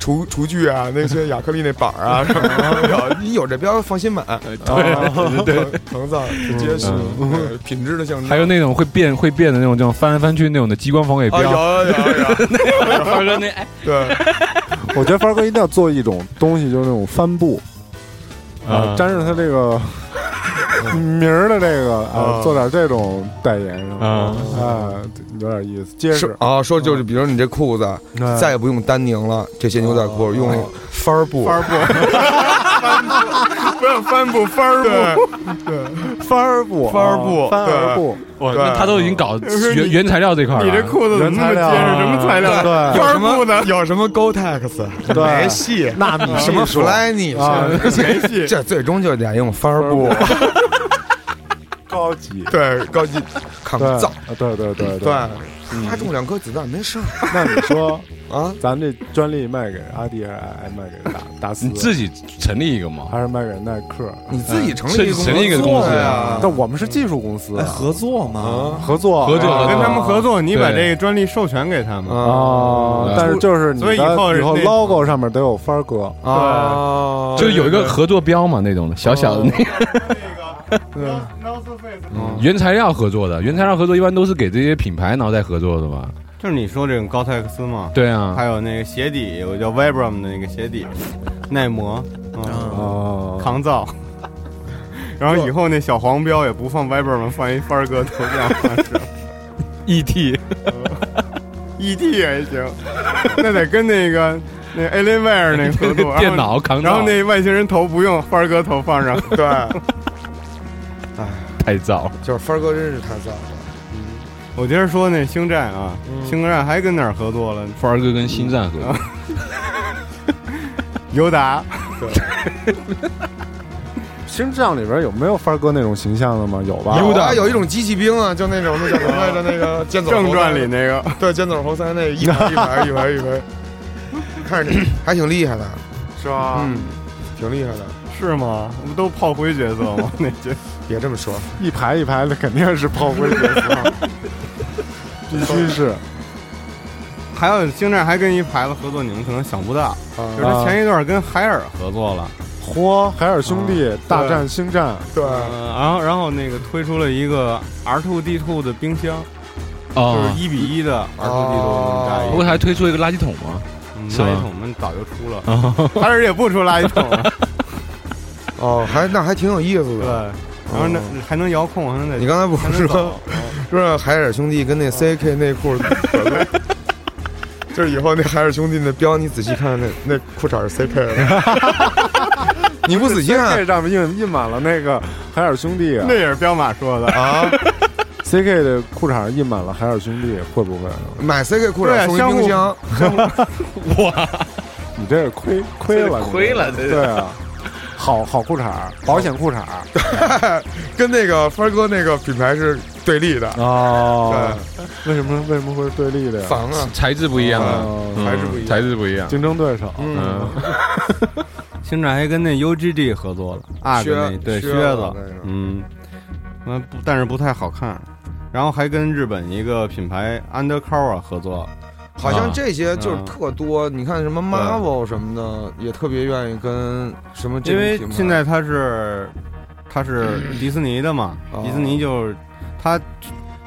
Speaker 5: 厨厨具啊，那些亚克力那板儿啊，什 么的，你有这标放哎心买。对对，扛造结
Speaker 3: 嗯
Speaker 5: 实，对品质的象征。
Speaker 4: 还有那种会变会变的那种，这种翻来翻去那种的激光防伪
Speaker 5: 啊，有
Speaker 1: 哦
Speaker 4: 标，
Speaker 5: 有有，有
Speaker 4: 凡儿哥那哎
Speaker 5: 对，
Speaker 3: 嗯我觉得帆儿哥一定要做一种东西，就是那种帆布，啊，
Speaker 4: 啊
Speaker 3: 沾上他这 个名儿的这个啊
Speaker 5: 啊，
Speaker 3: 做点这种代言是吧？
Speaker 4: 啊
Speaker 3: 啊，有点意思，结
Speaker 5: 是
Speaker 3: 实。
Speaker 5: 啊， 说就是，比如你这裤子
Speaker 3: 哎
Speaker 5: 再也不用丹宁了，这些牛仔裤用那个帆儿布，
Speaker 1: 帆布，
Speaker 5: 不要帆布，帆儿布，
Speaker 3: 帆儿布，
Speaker 2: 帆儿布
Speaker 3: 啊帆儿布，
Speaker 4: 哇，
Speaker 2: 对
Speaker 4: 那他都已经搞
Speaker 1: 哦就是你
Speaker 4: 原原材料这块儿了。
Speaker 1: 你这裤子怎嗯么那么结实？什么材料？
Speaker 3: 啊对
Speaker 2: 有
Speaker 1: 帆
Speaker 2: 什
Speaker 1: 儿布
Speaker 2: 么
Speaker 1: 呢
Speaker 2: 有什么 Gore-Tex，
Speaker 3: 对
Speaker 2: 没戏，
Speaker 3: 纳米
Speaker 2: 什么
Speaker 3: 技术
Speaker 2: Flyknit，
Speaker 3: 啊
Speaker 1: 没戏。
Speaker 2: 这最终就得用帆儿布，
Speaker 3: 高级，
Speaker 2: 对，高级抗
Speaker 3: 对
Speaker 2: 造，，
Speaker 3: 对对对
Speaker 2: 对，他中两颗子弹没事儿
Speaker 3: 那你说，
Speaker 2: 啊。
Speaker 3: 咱们这专利卖给阿迪，还是卖给达达斯
Speaker 4: 你，自己成立一个嘛？
Speaker 3: 还是卖给耐克？
Speaker 2: 你自己成
Speaker 4: 自
Speaker 2: 立
Speaker 4: 己
Speaker 2: 一个
Speaker 4: 成立一个公司啊
Speaker 2: 呀，
Speaker 3: 但我们是技术公司啊
Speaker 5: 哎，，合作嘛，
Speaker 3: 合作
Speaker 4: 合作
Speaker 3: 啊
Speaker 4: 合
Speaker 1: 跟他们合作，你把
Speaker 4: 对
Speaker 1: 这个专利授权给他们。
Speaker 3: 啊
Speaker 2: 嗯，
Speaker 3: 但是就是你
Speaker 1: 所
Speaker 3: 的
Speaker 1: 以
Speaker 3: 以
Speaker 1: 以后是那
Speaker 3: logo 上面得有帆儿哥，
Speaker 2: 啊，
Speaker 1: 哦
Speaker 4: 就是有一个合作标嘛，那种的小小的那个
Speaker 1: 哦
Speaker 4: 嗯原材料合作的，原材料合作一般都是给这些品牌然后再合作的嘛。
Speaker 1: 就是你说这种高泰克斯嘛，
Speaker 4: 对啊
Speaker 1: 还，有那个鞋底，有个叫 Vibram 的那个鞋底，耐磨，嗯，
Speaker 3: 哦，
Speaker 1: 抗造。 然后以后那小黄标也不放 Vibram，了放一帆儿哥头像方式。，E
Speaker 4: ，ET
Speaker 1: ET 也行， 那得跟那个那 Alienware 那合作，
Speaker 4: 电脑扛
Speaker 1: 然后，然
Speaker 4: 造
Speaker 1: 后那外星人头不用帆儿哥头放 上，对，
Speaker 4: 太早了，
Speaker 2: 就是帆儿哥真是太赞了，
Speaker 1: 我接着说那星战啊，星战还跟哪儿合作了？
Speaker 4: 富儿哥跟星战合作，
Speaker 1: 尤达，
Speaker 3: 星战里边有没有帆儿哥那种形象的吗？有吧？
Speaker 2: 有啊，有一种机器兵啊，就那种那叫什么来着？那个《剑走
Speaker 1: 正
Speaker 2: 猴
Speaker 1: 传
Speaker 2: 腮
Speaker 1: 里那个，
Speaker 2: 对，尖嘴猴腮那一排一排一排一排，看着你还挺厉害的，
Speaker 1: 是吧？
Speaker 2: 嗯，挺厉害的，
Speaker 1: 是吗？不都炮灰角色 吗？那些
Speaker 2: 别这么说，
Speaker 3: 一排一排的，肯定是炮灰角色，必须是。
Speaker 1: 还有星战还跟一牌子合作，你们可能想不到，就是他
Speaker 2: 啊，
Speaker 1: 前一段跟海尔合作了，
Speaker 3: 嚯，海尔兄弟大战星战，
Speaker 2: 对，
Speaker 1: 呃，然后然后那个推出了一个 R two D two 的冰箱，就是
Speaker 4: 哦，
Speaker 1: 一比一的 R two D two 那么大一
Speaker 4: 不
Speaker 1: 个
Speaker 4: 过还推出一个垃圾桶嘛，
Speaker 1: 嗯
Speaker 4: 是吧
Speaker 1: 垃圾桶们早就出了，海尔也不出垃圾桶了，
Speaker 2: 哦，还那还挺有意思
Speaker 1: 对，
Speaker 2: 的。
Speaker 1: 然后那
Speaker 2: 嗯
Speaker 1: 还能遥控，还能在
Speaker 2: 你刚才不
Speaker 1: 还
Speaker 2: 是
Speaker 1: 能
Speaker 2: 说
Speaker 1: 走
Speaker 2: 说海尔兄弟跟那 CK 内裤合作？就是以后那海尔兄弟那标，你仔细看那那裤衩是 CK 的， 你不仔细看
Speaker 3: 这上面印印满了那个海尔兄弟 啊
Speaker 1: 那也是彪马说的，
Speaker 2: 啊，
Speaker 3: ，CK 的裤衩上印满了海尔兄弟，会不会？
Speaker 2: 买 CK 裤
Speaker 1: 对
Speaker 2: 衩送一
Speaker 1: 相互
Speaker 2: 冰箱，
Speaker 3: 你这是亏亏了，亏了，对啊，好好裤衩，保险裤衩，
Speaker 2: 跟那个帆儿哥那个品牌是对立的，
Speaker 3: 哦
Speaker 2: 对，，
Speaker 3: 为什么为什么会是对立的呀？
Speaker 2: 防啊，
Speaker 4: 材质不一样啊，
Speaker 3: 哦
Speaker 4: 嗯
Speaker 2: 还是不一样
Speaker 4: 材质不一样。
Speaker 3: 竞争对手，
Speaker 2: 嗯
Speaker 4: 嗯，，
Speaker 1: 星战还跟那 UGG 合作了啊，
Speaker 2: 靴
Speaker 1: 跟那对
Speaker 2: 靴
Speaker 1: 靴
Speaker 2: 子
Speaker 1: 子
Speaker 2: 那个，
Speaker 1: 嗯，那不但是不太好看。然后还跟日本一个品牌 Undercover 合作，
Speaker 2: 好像这些
Speaker 1: 嗯
Speaker 2: 就是特多。你看什么 Marvel 什么的，也特别愿意跟什么这
Speaker 1: 因
Speaker 2: 种
Speaker 1: 为
Speaker 2: 品牌
Speaker 1: 现在它是它是迪士尼的嘛，
Speaker 2: 嗯哦
Speaker 1: 迪士尼就是它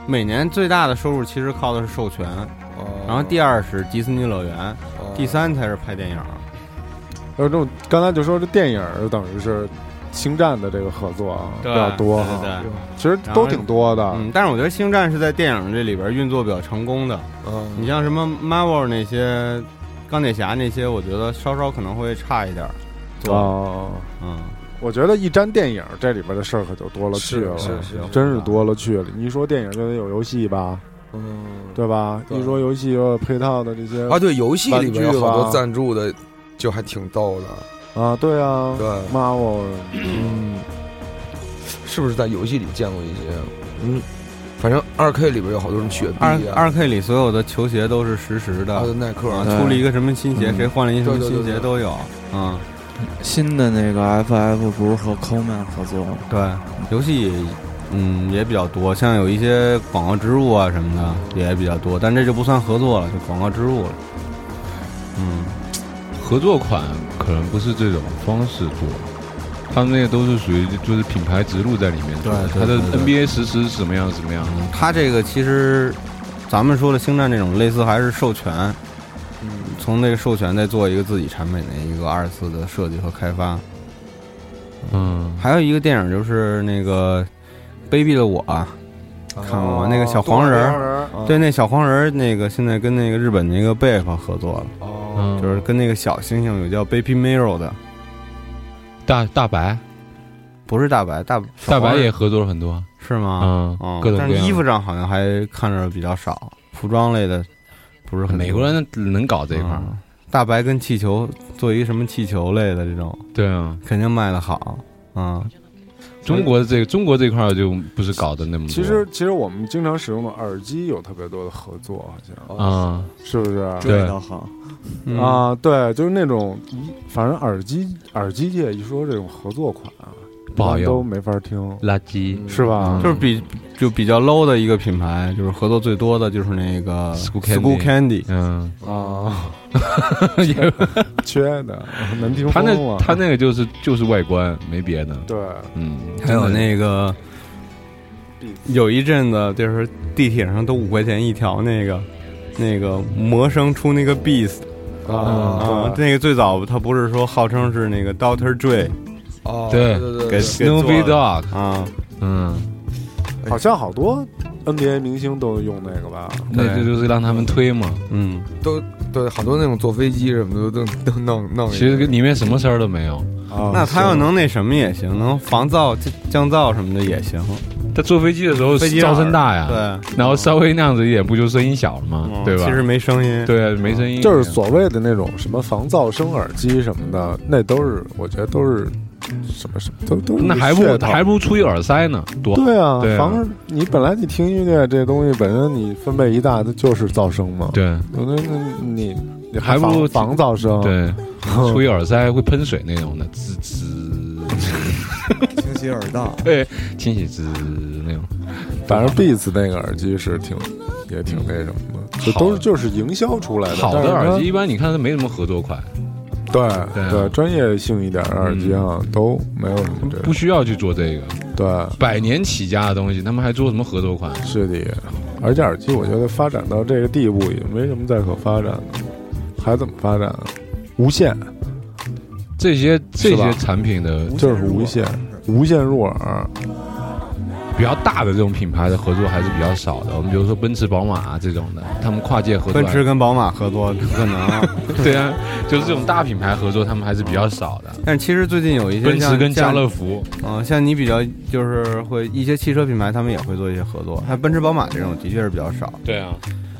Speaker 1: 每年最大的收入其实靠的是授权，
Speaker 2: 哦
Speaker 1: 然后第二是迪士尼乐园，
Speaker 2: 哦
Speaker 1: 第三才是拍电影。
Speaker 3: 还有这种刚才就说这电影儿等于是星战的这个合作啊，比
Speaker 1: 对
Speaker 3: 较多
Speaker 1: 对
Speaker 3: 哈，
Speaker 1: 对对
Speaker 3: 其实都挺多的，
Speaker 1: 嗯，但是我觉得星战是在电影这里边运作比较成功的，
Speaker 2: 嗯
Speaker 1: 你像什么 Marvel 那些、钢铁侠那些，我觉得稍稍可能会差一点儿。做的，
Speaker 3: 哦，
Speaker 1: 嗯，
Speaker 3: 我觉得一沾电影，这里边的事儿可就多了去了，
Speaker 2: 是嗯是
Speaker 3: 真是多了去了。你一说电影就得有游戏吧，
Speaker 2: 嗯
Speaker 3: 对吧？
Speaker 2: 对
Speaker 3: 一说游戏又有配套的这些
Speaker 2: 啊，对，游戏里面有好
Speaker 3: 玩具
Speaker 2: 多
Speaker 3: 吧
Speaker 2: 赞助的，就还挺逗的。
Speaker 3: 啊，对啊
Speaker 2: 对，
Speaker 3: ，Marvel，
Speaker 2: 嗯，是不是在游戏里见过一些？嗯，反正二 K 里边有好多人雪
Speaker 1: 二
Speaker 2: 碧啊，
Speaker 1: 二 K 里所有的球鞋都是实时的
Speaker 2: 还，有耐克
Speaker 1: 啊，
Speaker 2: 啊，
Speaker 1: 出了一个什么新鞋，
Speaker 3: 嗯
Speaker 1: 谁换了一什么
Speaker 2: 对对对
Speaker 1: 新鞋
Speaker 2: 对
Speaker 1: 都有。嗯，
Speaker 5: 新的那个 FF 不是和 Coleman 合作吗？
Speaker 1: 对，游戏嗯也比较多，像有一些广告植入啊什么的也比较多，但这就不算合作了，就广告植入了。嗯，
Speaker 4: 合作款可能不是这种方式做，他们那个都是属于就是品牌植入在里面做的，
Speaker 1: 对对
Speaker 4: 他的
Speaker 1: 对
Speaker 4: NBA 实时是怎么样怎么样，
Speaker 1: 它这个其实咱们说的星战这种类似还是授权，
Speaker 2: 嗯
Speaker 1: 从那个授权再做一个自己产品的一个二次的设计和开发。
Speaker 4: 嗯，
Speaker 1: 还有一个电影就是那个《卑鄙的我》啊，看
Speaker 3: 啊
Speaker 1: 过吗？那个小
Speaker 2: 动画
Speaker 1: 黄人
Speaker 2: 片
Speaker 1: 儿，
Speaker 2: 儿啊
Speaker 1: 对，那小黄人儿，那个现在跟那个日本那个贝克合作了，
Speaker 2: 哦，
Speaker 4: 嗯
Speaker 1: 就是跟那个小星星有叫 Baby Mirror 的，
Speaker 4: 大大白，
Speaker 1: 不是大白，大
Speaker 4: 大白也合作了很多，
Speaker 1: 是吗？
Speaker 4: 嗯
Speaker 1: 嗯，
Speaker 4: 各种
Speaker 1: 啊但
Speaker 4: 各
Speaker 1: 是
Speaker 4: 样
Speaker 1: 衣服上好像还看着比较少，服装类的不是很多。
Speaker 4: 美国人能搞这一块儿，
Speaker 1: 嗯大白跟气球做一个什么气球类的这种，
Speaker 4: 对啊，
Speaker 1: 肯定卖的好。嗯，
Speaker 4: 中国这个中国这块儿就不是搞的那么多，
Speaker 3: 其实其实我们经常使用的耳机有特别多的合作，好像
Speaker 4: 啊，
Speaker 3: 是不是？
Speaker 4: 对
Speaker 5: 这倒好，
Speaker 1: 嗯，
Speaker 3: 啊，对，就是那种一，反正耳机耳机界一说这种合作款啊，
Speaker 4: 不好
Speaker 3: 一般
Speaker 4: 用
Speaker 3: 都没法听，
Speaker 4: 垃圾
Speaker 3: 是吧
Speaker 4: 嗯？
Speaker 1: 就是比就比较 low 的一个品牌，就是合作最多的就是那个
Speaker 4: School
Speaker 1: School Candy，
Speaker 4: 嗯，
Speaker 3: 啊，
Speaker 4: 也
Speaker 3: 缺的难听
Speaker 4: 他
Speaker 3: 疯
Speaker 4: 那
Speaker 3: 了。
Speaker 4: 他那个就是就是外观，没别的。
Speaker 3: 对，
Speaker 4: 嗯，
Speaker 1: 还有
Speaker 4: 真的
Speaker 1: 那个有一阵子就是地铁上都五块钱一条那个那个魔声出那个 Beast 啊
Speaker 3: 啊，，
Speaker 1: 那个最早他不是说号称是那个 Doctor Dre
Speaker 2: 哦，
Speaker 4: 对
Speaker 2: 对对
Speaker 1: 给
Speaker 2: 对，
Speaker 4: Snoopy
Speaker 1: 给做
Speaker 4: Dog，
Speaker 1: 啊，
Speaker 4: 嗯，
Speaker 3: 好像好多 NBA 明星都用那个吧？
Speaker 4: 那这就是让他们推嘛。
Speaker 1: 嗯，
Speaker 2: 对，好多那种坐飞机什么的都 都都弄弄一个。
Speaker 4: 其实里面什么事儿都没有。
Speaker 3: 啊，
Speaker 1: 那他要能那什么也行，能防噪、降噪什么的也行。
Speaker 4: 他坐飞机的时候
Speaker 1: 飞机
Speaker 4: 噪
Speaker 1: 耳
Speaker 4: 声大呀，，
Speaker 1: 对，
Speaker 4: 然后稍微那样子一点，不就声音小了吗？
Speaker 1: 嗯
Speaker 4: 对吧？
Speaker 1: 其实没声音。
Speaker 4: 对，没声音，
Speaker 3: 就是所谓的那种什么防噪声耳机什么的，那都是我觉得都是什么什么都都是
Speaker 4: 那还不
Speaker 3: 噱头
Speaker 4: 还不如出一耳塞呢，多好
Speaker 3: 对啊，
Speaker 4: 对啊
Speaker 3: 防你本来你听音乐这东西本身你分贝一大，它就是噪声嘛。
Speaker 4: 对
Speaker 3: 那那那你你
Speaker 4: 还不
Speaker 3: 防
Speaker 4: 如
Speaker 3: 防噪声，
Speaker 4: 对，出一耳塞会喷水那种的，滋滋，
Speaker 5: 清洗耳道。
Speaker 4: 对，清洗滋那种。
Speaker 3: 反正 Beats 那个耳机是挺也挺那什么的，就都
Speaker 4: 好的
Speaker 3: 是就是营销出来的。
Speaker 4: 好
Speaker 3: 但是
Speaker 4: 的
Speaker 3: 它
Speaker 4: 耳机，一般你看它没什么合作款，
Speaker 3: 对
Speaker 4: 对啊
Speaker 3: 对，专业性一点的耳机啊，都没有什么这
Speaker 4: 不需要去做这个
Speaker 3: 对
Speaker 4: 百年起家的东西，他们还做什么合作款？
Speaker 3: 是的。而且耳机我觉得发展到这个地步也没什么再可发展的，还怎么发展啊？无线
Speaker 4: 这些这
Speaker 3: 是吧
Speaker 4: 些产品的
Speaker 3: 就是无线，无线入耳，
Speaker 4: 比较大的这种品牌的合作还是比较少的。我们比如说奔驰、宝马、啊这种的，他们跨界合作，
Speaker 1: 奔驰跟宝马合作不可 能，
Speaker 4: 对啊，就是这种大品牌合作，他们还是比较少的。
Speaker 1: 但是其实最近有一些
Speaker 4: 奔驰
Speaker 1: 像
Speaker 4: 跟家
Speaker 1: 像
Speaker 4: 乐福，
Speaker 1: 嗯，像你比较就是会一些汽车品牌，他们也会做一些合作，像奔驰、宝马这种的确是比较少，
Speaker 4: 对啊，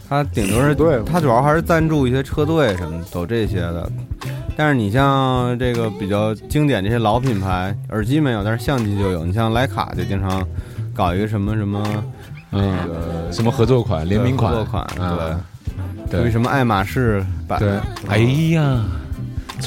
Speaker 1: 它顶多是
Speaker 3: 对
Speaker 1: 它主要还是赞助一些车队什么走这些的。但是你像这个比较经典这些老品牌，耳机没有，但是相机就有。你像徕卡就经常搞一个什么什么那
Speaker 4: 嗯，
Speaker 1: 个
Speaker 4: 什么合作款、联名款、
Speaker 1: 合作款，
Speaker 4: 啊
Speaker 1: 对，有一
Speaker 4: 对
Speaker 1: 什么爱马仕版，
Speaker 4: 对，哎呀，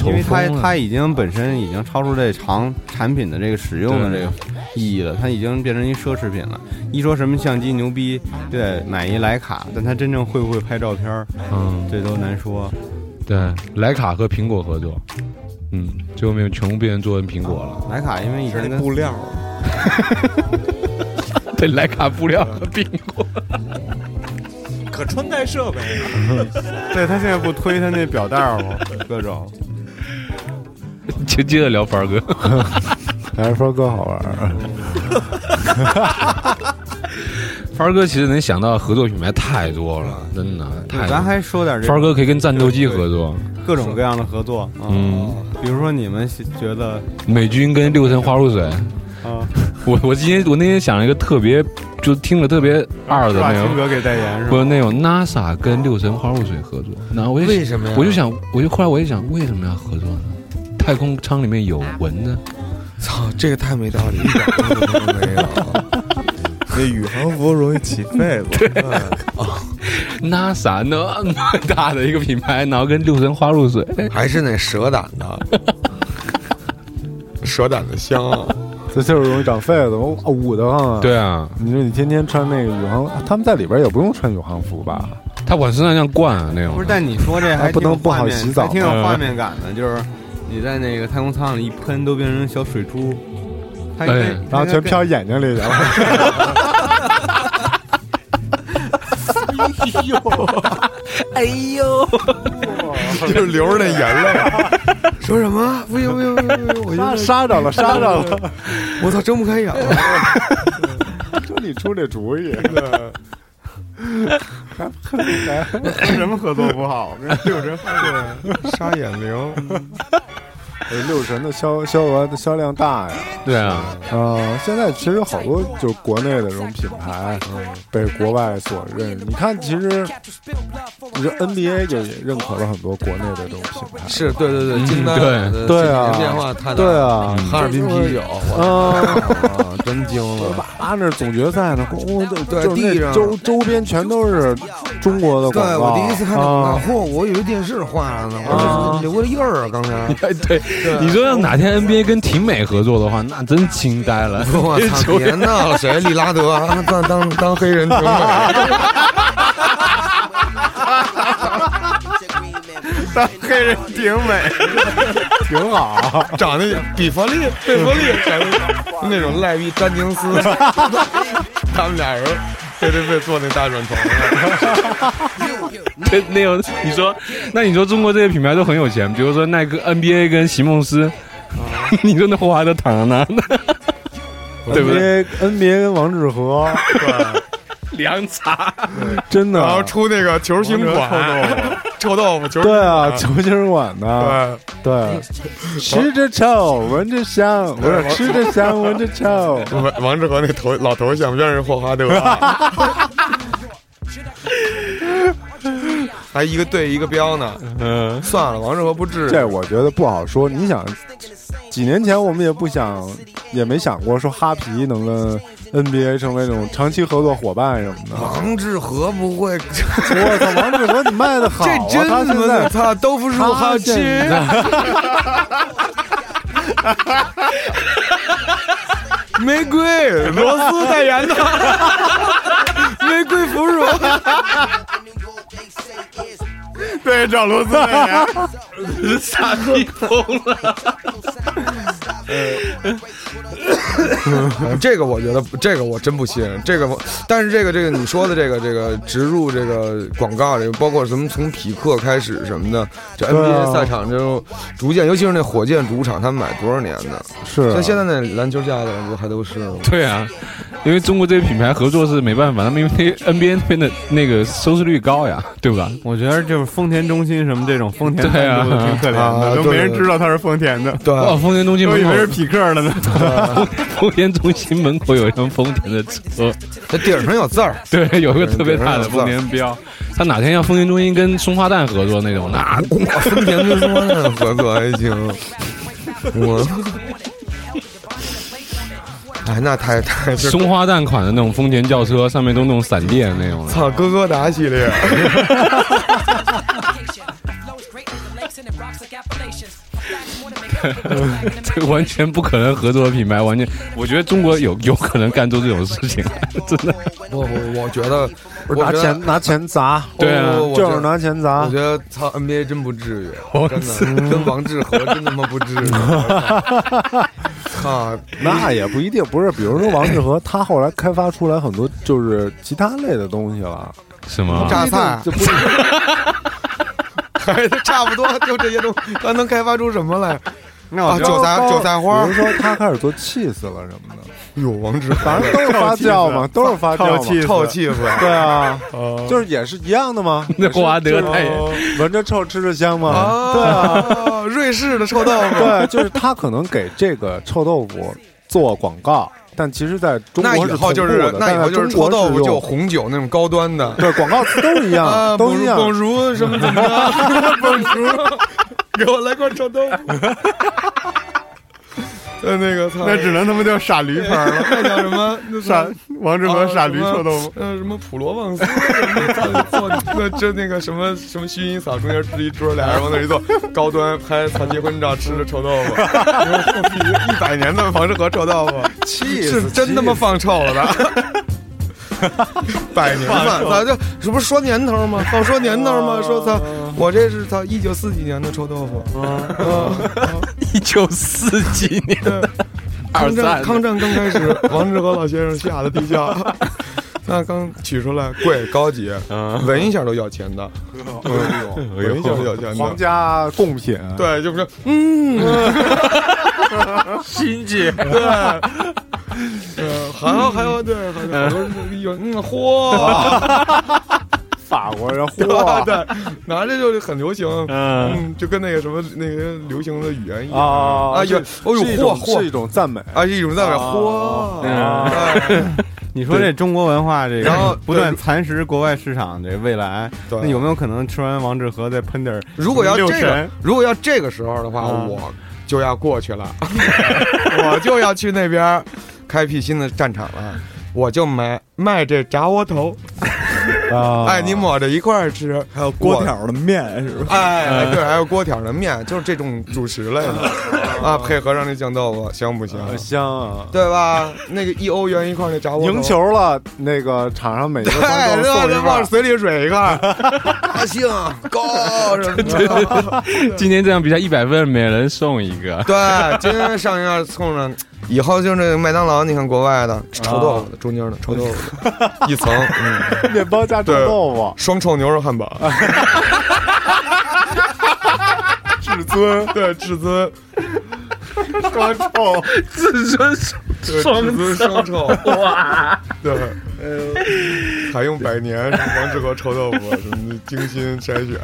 Speaker 1: 嗯因为它
Speaker 4: 丑疯了
Speaker 1: 它已经本身已经超出这长产品的这个使用的
Speaker 4: 对
Speaker 1: 这个意义了，它已经变成一奢侈品了。一说什么相机牛逼，就得买一徕卡，但它真正会不会拍照片儿，
Speaker 4: 嗯，
Speaker 1: 这都难说。
Speaker 4: 对，徕卡和苹果合作，嗯，最后面全部变成做成苹果了。
Speaker 1: 徕卡因为以前跟
Speaker 5: 料，
Speaker 4: 对，徕卡布料和苹 果，
Speaker 5: 可穿戴设备。
Speaker 1: 对他现在不推他那表带儿吗？各种
Speaker 4: 接接着聊凡儿哥，
Speaker 3: 还是说哥好玩儿。
Speaker 4: 凡儿哥其实能想到合作品牌太多了，
Speaker 2: 嗯
Speaker 4: 真的太多
Speaker 1: 咱
Speaker 4: 了。
Speaker 1: 还说点这
Speaker 4: 凡儿哥可以跟战斗机合作，
Speaker 1: 各种各样的合作，嗯，
Speaker 4: 嗯，
Speaker 1: 比如说你们觉得
Speaker 4: 美军跟六神花露水。
Speaker 1: 啊，
Speaker 4: 我我今天我那天想了一个特别，就听了特别二的
Speaker 1: 是吧
Speaker 4: 那
Speaker 1: 青
Speaker 2: 啊
Speaker 4: 种，
Speaker 1: 哥给代言是吧？
Speaker 4: 不是那种 NASA 跟六神花露水合作，然后我就
Speaker 2: 为什么呀？
Speaker 4: 我就想，我就后来我也想，为什么要合作呢？太空舱里面有蚊子，
Speaker 2: 操，这个太没道理，一点道理都没有。
Speaker 5: 那宇航服容易起痱子，
Speaker 4: NASA 那么大的一个品牌，然后跟六神花露水，
Speaker 2: 还是那蛇胆的，蛇胆的香啊。
Speaker 3: 这就是容易长痱子，我捂得慌啊。，
Speaker 4: 对啊，
Speaker 3: 你说你天天穿那个宇航，啊他们在里边也不用穿宇航服吧？
Speaker 4: 他往身上这样灌啊那种的，
Speaker 1: 不是，但你说这还
Speaker 3: 还不能
Speaker 1: 挺有画
Speaker 3: 不好
Speaker 1: 面
Speaker 3: 洗
Speaker 1: 还
Speaker 3: 澡
Speaker 1: 挺有画面感的，就是你在那个太空舱里一喷，都变成小水珠，它应该
Speaker 4: 哎
Speaker 3: 然后全。飘眼睛里去了。
Speaker 4: 哎呦，
Speaker 2: 就是流着那眼泪，说什么不行不行不行不行，我
Speaker 3: 杀杀
Speaker 2: 就
Speaker 3: 着了，杀着了！
Speaker 2: 我操，睁不开眼了。
Speaker 3: 说你出这主意，
Speaker 1: 跟什么合作不好？跟六神花露水
Speaker 2: 杀眼灵，
Speaker 3: 呃六神的销销额的销量大呀。
Speaker 4: 对啊，
Speaker 3: 啊，现在其实有好多就是国内的这种品牌被国外所认。你看，其实你这 NBA 就也认可了很多国内的这种品牌。
Speaker 2: 是对对对，
Speaker 4: 嗯
Speaker 2: 京单
Speaker 4: 对
Speaker 2: 的
Speaker 3: 对
Speaker 2: 这几
Speaker 3: 啊
Speaker 2: 年变化太大，
Speaker 3: 对，啊，
Speaker 2: 哈尔滨啤酒，
Speaker 3: 啊，
Speaker 2: 真惊
Speaker 3: 巴！巴那总决赛呢，咣咣
Speaker 2: 对
Speaker 3: 就是那
Speaker 2: 地上
Speaker 3: 周周边全都是中国的广
Speaker 2: 对
Speaker 3: 告。
Speaker 2: 我第一次看到广告，
Speaker 3: 啊，
Speaker 2: 嚯，我以为电视画的呢，我
Speaker 3: 啊
Speaker 2: 这留了印儿啊，刚才。
Speaker 4: 哎对，
Speaker 1: 啊
Speaker 4: 你说要哪天 NBA 跟婷美合作的话，那真惊 呆了。
Speaker 2: 我操！别闹了，谁？利拉德 啊当当当黑人挺美，
Speaker 1: 黑人挺美，挺 好。
Speaker 2: 长得比弗利、贝弗利，那种赖皮詹宁斯， 他们俩人背对背坐那大软床上，
Speaker 4: 那那有你说，那你说中国这些品牌都很有钱，比如说耐克、NBA 跟席梦思，
Speaker 1: 啊
Speaker 4: 你说那霍华德躺在 那，啊对不
Speaker 3: 对？NBA 跟王致和，
Speaker 4: 凉茶，
Speaker 3: 真的，
Speaker 2: 然后出那个球星馆，臭豆腐，球星
Speaker 3: 对啊，
Speaker 2: 馆
Speaker 3: 球星馆的，
Speaker 2: 对。
Speaker 3: 对，吃着臭，闻着香，不是吃着香，闻着臭。
Speaker 2: 王王志和那头老头像不像是霍华德、啊？还一个对一个标呢，
Speaker 4: 嗯，
Speaker 2: 算了，王志和不至于。
Speaker 3: 这我觉得不好说。你想，几年前我们也不想，也没想过说哈皮能跟 NBA 成为那种长期合作伙伴什么 的。
Speaker 2: 王志和不会，
Speaker 3: 我操，王志和你卖的好啊！
Speaker 2: 这真
Speaker 3: 他
Speaker 2: 他
Speaker 3: 现
Speaker 2: 妈
Speaker 3: 在
Speaker 2: 操豆腐乳好
Speaker 3: 他
Speaker 2: 吃。
Speaker 3: 现
Speaker 2: 玫瑰罗斯代言的玫瑰腐乳，
Speaker 1: 对，找罗斯代言。
Speaker 4: 傻逼疯了。
Speaker 2: 这个我觉得这个我真不信。这个我，但是这个这个你说的这个这个植入这个广告这个，包括什么从匹克开始什么的，这
Speaker 3: 对啊
Speaker 2: NBA 赛场这种逐渐，尤其是那火箭主场，他们买多少年的？
Speaker 3: 是啊
Speaker 2: 像现在那篮球架子不还都是吗？
Speaker 4: 对啊，因为中国这些品牌合作是没办法，他们因为 NBA 那边的那个收视率高呀，对吧？
Speaker 1: 我觉得就是丰田中心什么这种丰田
Speaker 4: 对啊
Speaker 1: 赞助的挺可怜
Speaker 2: 啊
Speaker 1: 的，都
Speaker 2: 对
Speaker 1: 没人知道它是丰田的，
Speaker 2: 对，
Speaker 4: 哇，哦丰田中心
Speaker 1: 都
Speaker 4: 门
Speaker 1: 以为是
Speaker 4: 口，
Speaker 1: 匹克的呢。
Speaker 4: 丰田中心门口有一辆丰田的车，
Speaker 2: 那顶上有字儿，
Speaker 4: 对，有一个特别大的丰田标。他哪天要丰田中心跟松花蛋合作那种，那
Speaker 2: 哇，丰田跟松花蛋啊合作还行，我。哎，那太太 是
Speaker 4: 松花蛋款的那种丰田轿车，上面都弄闪电那 种的。
Speaker 2: 操哥哥达系列，
Speaker 4: 这完全不可能合作的品牌，完全，我觉得中国有有可能干出这种事情来， 真的。
Speaker 2: 我我我觉得，
Speaker 3: 不
Speaker 2: 我
Speaker 3: 是拿
Speaker 2: 觉得
Speaker 3: 钱拿钱砸，
Speaker 4: 对啊
Speaker 2: 我我
Speaker 3: 就
Speaker 2: 觉
Speaker 3: 是
Speaker 2: 得
Speaker 3: 拿钱
Speaker 2: 我
Speaker 3: 砸
Speaker 2: 觉。得操 NBA 真不至于，真的跟王致 和真他妈不至于。操，
Speaker 3: 那也不一定，不是，比如说王致和，他后来开发出来很多就是其他类的东西了，
Speaker 4: 什么？
Speaker 2: 榨菜啊
Speaker 3: 就不一定
Speaker 2: 还是差不多，就这些东西，他能开发出什么来？
Speaker 1: 那
Speaker 2: 啊，韭菜韭菜花
Speaker 3: 比如，说他开始做 cheese 了什么的，
Speaker 2: 哟，王致和
Speaker 3: 反正都 是发酵嘛，都是发
Speaker 1: 透
Speaker 3: 酵嘛。
Speaker 1: 气，
Speaker 2: 臭气哦氛。
Speaker 3: 对 啊，就是也是一样的嘛。
Speaker 4: 那霍华德他也
Speaker 3: 闻着臭，吃着香
Speaker 2: 哦
Speaker 3: 嘛。对啊，
Speaker 2: 啊，瑞士的臭豆腐。
Speaker 3: 对，就是他可能给这个臭豆腐做广告，但其实在中
Speaker 2: 那
Speaker 3: 国
Speaker 2: 以
Speaker 3: 是同
Speaker 2: 后就是
Speaker 3: 步的，
Speaker 2: 那以
Speaker 3: 但
Speaker 2: 后
Speaker 3: 在
Speaker 2: 就是
Speaker 3: 中
Speaker 2: 臭
Speaker 3: 国
Speaker 2: 豆
Speaker 3: 是
Speaker 2: 腐就
Speaker 3: 用
Speaker 2: 红酒那种高端的
Speaker 3: 对广告词都一
Speaker 2: 啊，
Speaker 3: 样，都一样。
Speaker 2: 蹦如什么怎么 着，蹦如，给我来罐臭豆腐。呃，那个操，
Speaker 1: 那只能他妈叫傻驴牌儿了。
Speaker 2: 那叫 什么？那
Speaker 1: 傻王志和
Speaker 2: 啊
Speaker 1: 傻驴
Speaker 2: 什么
Speaker 1: 臭豆
Speaker 4: 哦
Speaker 1: 腐，
Speaker 2: 呃，什么普罗旺斯，什么做那这那个什么什么薰衣草中间支一桌，俩人往那一坐，高端拍咱结婚照，吃着臭豆腐，一百年的王致和臭豆腐，
Speaker 3: 气
Speaker 2: 是真他妈放臭了 的。百年饭，咱这这不是说年头吗？老说年头吗？说操，我这是操一九四几年的臭豆腐，
Speaker 4: 一九四几年的二
Speaker 2: 抗战
Speaker 4: 战，
Speaker 2: 抗战刚开始，王志和老先生吓得地窖，那刚取出来，贵高级，闻一下都要钱的，闻一下都要钱
Speaker 3: 皇
Speaker 2: 的。
Speaker 3: 家贡品，
Speaker 2: 对，就不是，
Speaker 4: 经济
Speaker 2: 对，
Speaker 3: 啊
Speaker 2: 呃，还有还有，对，还有，有嗯，嚯，
Speaker 3: 法国人，
Speaker 2: 对
Speaker 3: 嚯，
Speaker 2: 对，拿着就是很流行，
Speaker 3: 嗯
Speaker 2: 嗯，就跟那个什么那个流行的语言一样
Speaker 3: 啊
Speaker 2: 啊，有
Speaker 3: 是
Speaker 2: 哦有
Speaker 3: 是一
Speaker 2: 嚯
Speaker 3: 种是
Speaker 2: 嚯嗯
Speaker 3: 一种赞美，
Speaker 2: 啊，一种在那嚯
Speaker 3: 哦，
Speaker 2: 哎
Speaker 1: 你说这中国文化这个
Speaker 2: 然后
Speaker 1: 不断蚕食国外市场，这未来
Speaker 2: 对
Speaker 1: 那有没有可能吃完王致和再喷点儿
Speaker 2: 如果要
Speaker 1: 六
Speaker 2: 这个
Speaker 1: 神，
Speaker 2: 如果要这个时候的话，
Speaker 3: 啊
Speaker 1: 嗯
Speaker 2: 我就要过去 了，我就要去那边儿开辟新的战场了。我就买卖这炸窝头，
Speaker 3: 啊
Speaker 2: 哎，你抹着一块儿吃，
Speaker 3: 还有锅条的啊面是吧？
Speaker 2: 哎，哎对，还有锅条的面，就是这种主食类的啊，配合上那酱豆腐，香不香？
Speaker 3: 香啊！
Speaker 2: 对吧？那个一欧元一块儿那炸窝头，哎
Speaker 3: 赢球了，那个场上每一个观众
Speaker 2: 对，对
Speaker 3: 送
Speaker 2: 对，
Speaker 3: 一
Speaker 2: 往
Speaker 3: 半。
Speaker 2: 水里水一块 儿，高兴高什么的。
Speaker 4: 今天这场比赛一百分，每人送一个。
Speaker 2: 对，今天上一下送上，以后就是麦当劳，你看国外的臭豆
Speaker 3: 啊
Speaker 2: 腐的中间的臭豆腐 的一层，嗯，
Speaker 3: 面包加臭豆腐，
Speaker 2: 双臭牛肉汉堡，
Speaker 3: 至尊
Speaker 2: 对，至尊，
Speaker 3: 双臭，
Speaker 4: 至尊
Speaker 2: 对至尊双臭，哇，对，还用百年什么王致和臭豆腐什么的精心筛选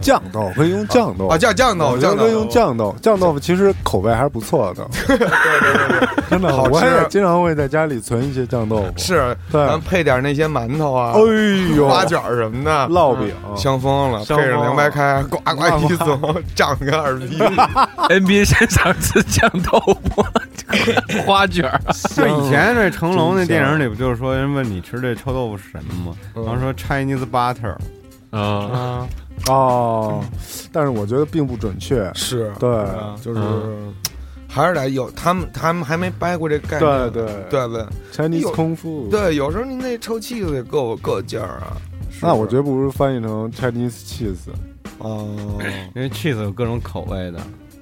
Speaker 3: 酱豆可以用酱豆
Speaker 2: 啊，酱酱
Speaker 3: 我
Speaker 2: 豆腐，
Speaker 3: 觉
Speaker 2: 酱
Speaker 3: 得可
Speaker 2: 豆腐
Speaker 3: 以用，酱豆，酱豆腐其实口味还是不错的，
Speaker 2: 对对对对，
Speaker 3: 真的。
Speaker 2: 好吃啊
Speaker 3: 我也经常会在家里存一些酱豆腐，
Speaker 2: 是，
Speaker 3: 对
Speaker 2: 咱配点那些馒头啊，
Speaker 3: 哎呦，
Speaker 2: 花卷儿什么的，嗯
Speaker 3: 烙饼，
Speaker 2: 香疯了，配
Speaker 3: 香疯了啊
Speaker 2: 上凉白开，呱呱一走，长个二逼，
Speaker 4: NBA 现场吃酱豆腐、 花卷儿，
Speaker 1: 就以前那成龙那电影里不就是说人问你吃这臭豆腐是什么吗？
Speaker 2: 嗯
Speaker 1: 然后说 Chinese butter，
Speaker 4: 啊，
Speaker 2: 啊，
Speaker 3: 哦，但是我觉得并不准确，
Speaker 2: 是，啊
Speaker 3: 对，
Speaker 2: 就是
Speaker 3: 嗯
Speaker 2: 还是得有他们，他们还没掰过这概
Speaker 3: 对
Speaker 2: 念，
Speaker 3: 对
Speaker 2: 对对
Speaker 3: Chinese
Speaker 2: 有
Speaker 3: 空腹，
Speaker 2: 对，有时候你那臭气子也够够劲儿啊。是
Speaker 3: 那我觉得不如翻译成 Chinese cheese，
Speaker 2: 哦，
Speaker 1: 因为 cheese 有各种口味的。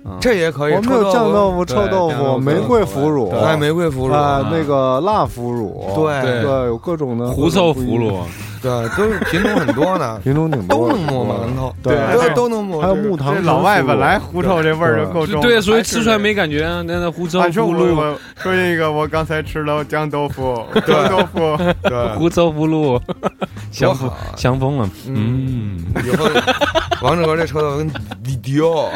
Speaker 1: 嗯
Speaker 2: 这也可以，
Speaker 3: 我们有酱豆
Speaker 2: 腐，
Speaker 3: 腐、
Speaker 1: 对
Speaker 3: 臭豆
Speaker 1: 酱豆
Speaker 3: 腐、
Speaker 1: 腐
Speaker 3: 玫瑰腐乳，
Speaker 1: 对
Speaker 2: 哎，玫瑰腐乳，
Speaker 3: 啊，那个辣腐乳，
Speaker 2: 对
Speaker 3: 对，有各种的，
Speaker 4: 狐臭腐，乳，
Speaker 2: 对，都是品种很多呢
Speaker 3: 品种挺
Speaker 2: 都
Speaker 3: 多的，
Speaker 2: 能磨馒头，
Speaker 3: 对
Speaker 2: 都都能磨，
Speaker 3: 还有木
Speaker 1: 这
Speaker 3: 糖，
Speaker 1: 老外本来狐臭这味儿就够重。
Speaker 4: 对，啊所以吃出来没感觉啊，那那狐臭
Speaker 1: 啊，说
Speaker 4: 腐
Speaker 1: 我
Speaker 4: 乳，
Speaker 1: 我说那个我刚才吃了酱豆 腐，酱豆腐，
Speaker 2: 对，
Speaker 4: 狐臭腐 乳，
Speaker 2: 多
Speaker 4: 香
Speaker 2: 好
Speaker 4: 疯
Speaker 2: 啊。
Speaker 4: 香疯了，
Speaker 2: 嗯
Speaker 4: 嗯。
Speaker 2: 以后 王志和这臭豆腐跟李迪 奥，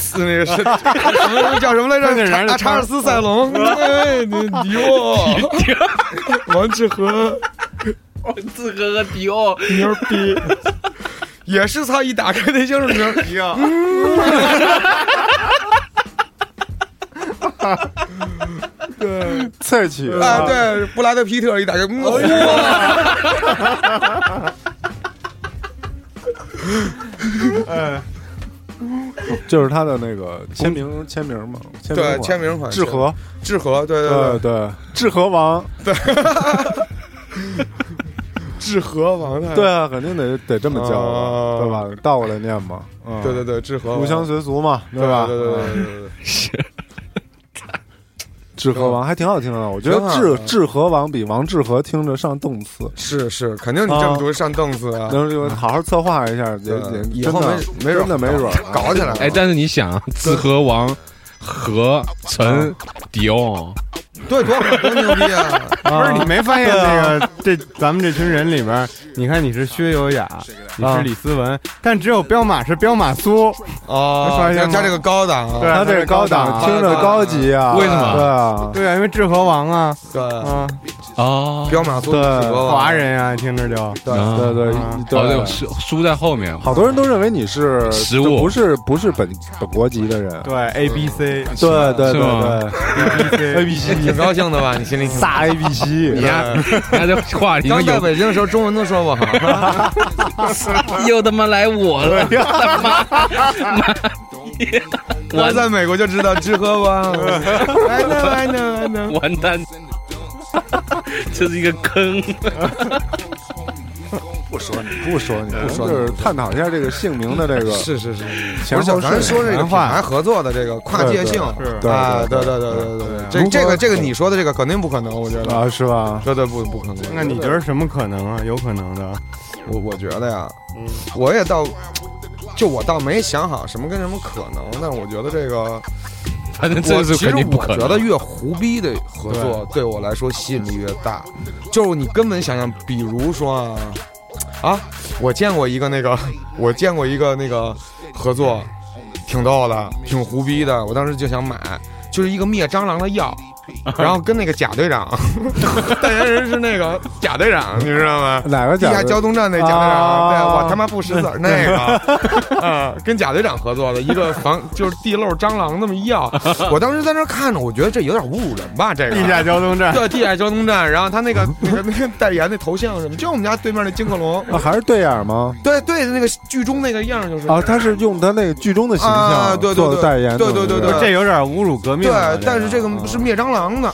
Speaker 2: 是那个是什么叫什么来
Speaker 1: 那个
Speaker 2: 着？
Speaker 1: 人
Speaker 2: 查查尔斯·塞隆，对，迪奥， 王志 和
Speaker 4: 自个个迪奥，
Speaker 2: 牛逼， 也是他一打开那就是 牛逼啊！
Speaker 3: 刺起，
Speaker 2: 啊，对，布拉德·皮特一打开，嗯哇，
Speaker 3: 就是他的那个签名签名嘛，签名
Speaker 2: 嗯对，
Speaker 3: 款
Speaker 2: 签名款
Speaker 3: 志和，
Speaker 2: 志和，对
Speaker 3: 对
Speaker 2: 对对，
Speaker 3: 对，志和王，
Speaker 2: 志和王太，
Speaker 3: 对啊，肯定得得这么叫啊，
Speaker 2: 嗯哦
Speaker 3: 对吧？倒过来念嘛，嗯
Speaker 2: 对对对，志和王，
Speaker 3: 入乡随俗嘛，
Speaker 2: 对
Speaker 3: 吧？
Speaker 2: 对对对
Speaker 3: 嗯
Speaker 2: 对对对。
Speaker 3: 志和王还挺好听的，我觉得
Speaker 2: 嗯挺好
Speaker 3: 志
Speaker 2: 的
Speaker 3: 志和王比王志和听着上动词，
Speaker 2: 是是，肯定你这么读上凳子啊，
Speaker 3: 能就好好策划一下，也
Speaker 2: 对
Speaker 3: 也
Speaker 2: 以
Speaker 3: 真
Speaker 2: 后没
Speaker 3: 的
Speaker 2: 没
Speaker 3: 真的
Speaker 2: 准
Speaker 3: 没准儿
Speaker 2: 搞起来了。
Speaker 4: 哎，但是你想，自和王和
Speaker 2: 啊
Speaker 4: 陈迪奥，
Speaker 2: 对，多好，多牛 逼啊！
Speaker 1: 不是你没发现那个这咱们这群人里边，你看你是薛有雅，
Speaker 2: 啊
Speaker 1: 你是李思文，但只有彪马是彪马苏，
Speaker 2: 哦
Speaker 1: 发现
Speaker 2: 他
Speaker 1: 吗
Speaker 2: 他这个高档啊，
Speaker 1: 对
Speaker 3: 他这
Speaker 1: 这
Speaker 3: 高
Speaker 1: 高
Speaker 3: 档
Speaker 1: 档
Speaker 3: 听着高级啊，
Speaker 4: 为什么
Speaker 3: 对啊，
Speaker 1: 对啊，因为治和王啊，
Speaker 2: 对，
Speaker 1: 啊，
Speaker 4: 哦，
Speaker 2: 彪马苏
Speaker 3: 对
Speaker 1: 华，人啊，听着就
Speaker 3: 对
Speaker 2: 嗯
Speaker 4: 啊
Speaker 3: 对对
Speaker 1: 啊
Speaker 4: 哦，对，
Speaker 3: 对，
Speaker 4: 输输在后面，
Speaker 3: 好多人都认为你是
Speaker 4: 食
Speaker 3: 就
Speaker 4: 物
Speaker 3: 不是不是本本国籍的人，
Speaker 1: 对 A B C
Speaker 3: 对对
Speaker 4: 是吗
Speaker 3: 对 对，A B C
Speaker 2: 挺高兴的吧？你心里挺
Speaker 3: 大 A B C，
Speaker 4: 你看，你看这话里
Speaker 2: 刚
Speaker 4: 面
Speaker 2: 在
Speaker 4: 有
Speaker 2: 北京的时候，中文都说不好，
Speaker 4: 又他妈来我了，
Speaker 2: 哎
Speaker 4: 他妈妈，
Speaker 2: 我
Speaker 4: 完
Speaker 2: 在美国就知道吃喝吧。I know, I know, I know。
Speaker 4: 完蛋， 这是一个坑。
Speaker 3: 不说你不说你不
Speaker 2: 说你
Speaker 3: 嗯就是探讨一下这个姓名的这个
Speaker 2: 是是是是，
Speaker 3: 前
Speaker 2: 我
Speaker 3: 后
Speaker 2: 想咱
Speaker 3: 顺
Speaker 2: 说这
Speaker 3: 序
Speaker 2: 个品牌合作的这个跨界性，
Speaker 3: 对
Speaker 2: 啊，
Speaker 3: 对
Speaker 2: 对对对对对
Speaker 3: 如
Speaker 2: 对，这
Speaker 3: 何
Speaker 2: 这个这个你说的这个肯定不可能，我觉得，
Speaker 3: 啊，是吧？
Speaker 2: 绝对不不可能。
Speaker 1: 那你觉得什么可能啊？有可能的，
Speaker 2: 我我觉得呀，我也倒，就我倒没想好什么跟什么可能，但是我觉得这个
Speaker 4: 反正这
Speaker 2: 我
Speaker 4: 个是
Speaker 2: 其
Speaker 4: 肯
Speaker 2: 实
Speaker 4: 定不可
Speaker 2: 我觉得
Speaker 4: 能。
Speaker 2: 越胡逼的合作对我来说吸引力越大，就是你根本想象，比如说啊啊，我见过一个那个， 我见过一个那个合作，挺逗的，挺胡逼的，我当时就想买，就是一个灭蟑螂的 药。然后跟那个贾队长， 代言人是那个贾队长，你知道吗？
Speaker 3: 哪个
Speaker 2: 地
Speaker 3: 奖
Speaker 2: 下
Speaker 3: 的？
Speaker 2: 交通站那贾队长，
Speaker 3: 啊
Speaker 2: 对我他妈不识字儿那个，啊，跟贾队长合作的一个防就是地漏蟑螂那么一药，我当时在那儿看着，我觉得这有点侮辱人吧，这个
Speaker 1: 地下交通站，
Speaker 2: 对地下交通站，然后他那个那个那个代言那头像什么，就我们家对面那金克龙，
Speaker 3: 啊，还是对眼吗？
Speaker 2: 对对，那个剧中那个样儿就是
Speaker 3: 啊，他是用他那个剧中的形
Speaker 2: 啊
Speaker 3: 象
Speaker 2: 对对
Speaker 3: 做的
Speaker 2: 对
Speaker 3: 代言的，
Speaker 2: 对对对
Speaker 3: 不是
Speaker 2: 对
Speaker 1: 这有点侮辱革命
Speaker 2: 对
Speaker 1: 了。，啊
Speaker 2: 但是这个嗯
Speaker 3: 哦
Speaker 2: 是灭蟑螂的，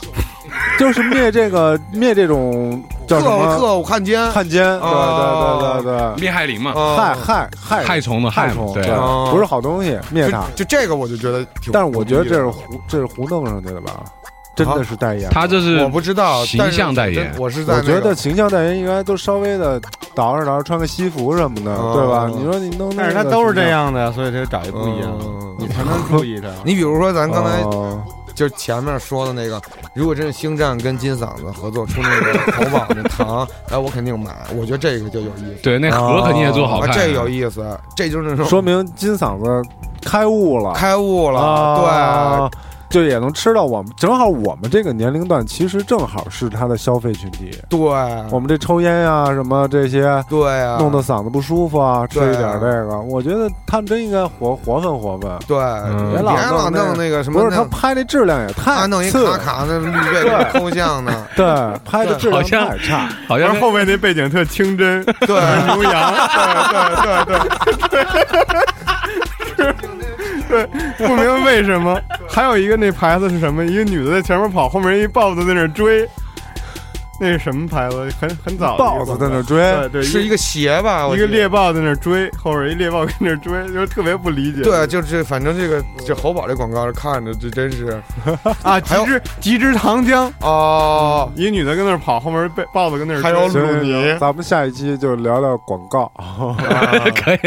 Speaker 3: 就是灭这个灭这种叫
Speaker 2: 特
Speaker 3: 什么
Speaker 2: 特务汉奸，
Speaker 3: 汉奸，对对对对对，
Speaker 4: 厉害林嘛，
Speaker 2: 啊
Speaker 3: 害害害
Speaker 4: 害虫的害
Speaker 3: 害
Speaker 4: 嘛
Speaker 3: 虫，，
Speaker 4: 对，
Speaker 2: 啊
Speaker 3: 不是好东西，灭它
Speaker 2: 就。就这个啊我就觉得挺，
Speaker 3: 但是我觉得这是胡这是胡弄上去的吧，真的是代言。
Speaker 4: 他这是
Speaker 2: 我不知道
Speaker 4: 形
Speaker 2: 但是
Speaker 4: 象代言
Speaker 2: 我是在
Speaker 3: 我
Speaker 2: 那个
Speaker 3: 觉得形象代言应该都稍微的捯饬捯饬，穿个西服什么的，
Speaker 2: 哦
Speaker 3: 对吧？你说你弄那
Speaker 1: 但是
Speaker 3: 个形象，
Speaker 1: 他都是这样的，所以他找一不一样
Speaker 2: 嗯
Speaker 1: 的，你才能注意他。
Speaker 2: 你比如说，咱刚才
Speaker 3: 哦
Speaker 2: 就是前面说的那个，如果真是星战跟金嗓子合作出那个淘宝那糖，哎，我肯定买。我觉得这个就有意思，
Speaker 4: 对那盒肯定也做好
Speaker 2: 啊，
Speaker 4: 看，
Speaker 2: 这有意思，这就是那种
Speaker 3: 说明金嗓子开悟了，
Speaker 2: 嗯开悟了，
Speaker 3: 啊，就也能吃到我们正好我们这个年龄段，其实正好是他的消费群体。
Speaker 2: 对对
Speaker 3: 我们这抽烟呀、什么这些，
Speaker 2: 对啊，
Speaker 3: 弄得嗓子不舒服啊，吃
Speaker 2: 对
Speaker 3: 一点这个，我觉得他们真应该活活分活分。
Speaker 2: 对，
Speaker 4: 嗯
Speaker 2: 别
Speaker 3: 别老
Speaker 2: 老
Speaker 3: 弄那
Speaker 2: 弄那个什么
Speaker 3: 不
Speaker 2: 那，
Speaker 3: 是他拍那质量也
Speaker 2: 他
Speaker 3: 太
Speaker 2: 弄一
Speaker 3: 次
Speaker 2: 卡
Speaker 3: 了，
Speaker 2: 卡的绿背给你抠像呢，
Speaker 3: 对，拍的质量太差。
Speaker 4: 好像是
Speaker 1: 后面那背景特清真，
Speaker 2: 对对
Speaker 1: 牛羊，
Speaker 2: 对对
Speaker 1: 不明为什么。还有一个那牌子是什么？一个女的在前面跑，后面一豹子在那追。那是什么牌子？很很早的一个
Speaker 3: 豹子
Speaker 1: 广告，
Speaker 3: 在那追，
Speaker 1: 对对，
Speaker 2: 对，是一
Speaker 1: 一
Speaker 2: 个鞋吧，我
Speaker 1: 一个
Speaker 2: 记得
Speaker 1: 猎豹在那追，后边一猎豹跟那追，就是特别不理解。
Speaker 2: 对，就是反正这个这猴宝这广告看着这真是
Speaker 1: 啊，
Speaker 2: 还
Speaker 1: 极
Speaker 2: 有
Speaker 1: 致极致糖浆，
Speaker 2: 哦，
Speaker 3: 嗯
Speaker 1: 一女的跟那儿跑，后面被豹子跟那儿追。
Speaker 2: 还有
Speaker 3: 行
Speaker 2: 鲁
Speaker 3: 行
Speaker 2: 尼啊
Speaker 3: 行，咱们下一期就聊聊广 告，
Speaker 4: 可以，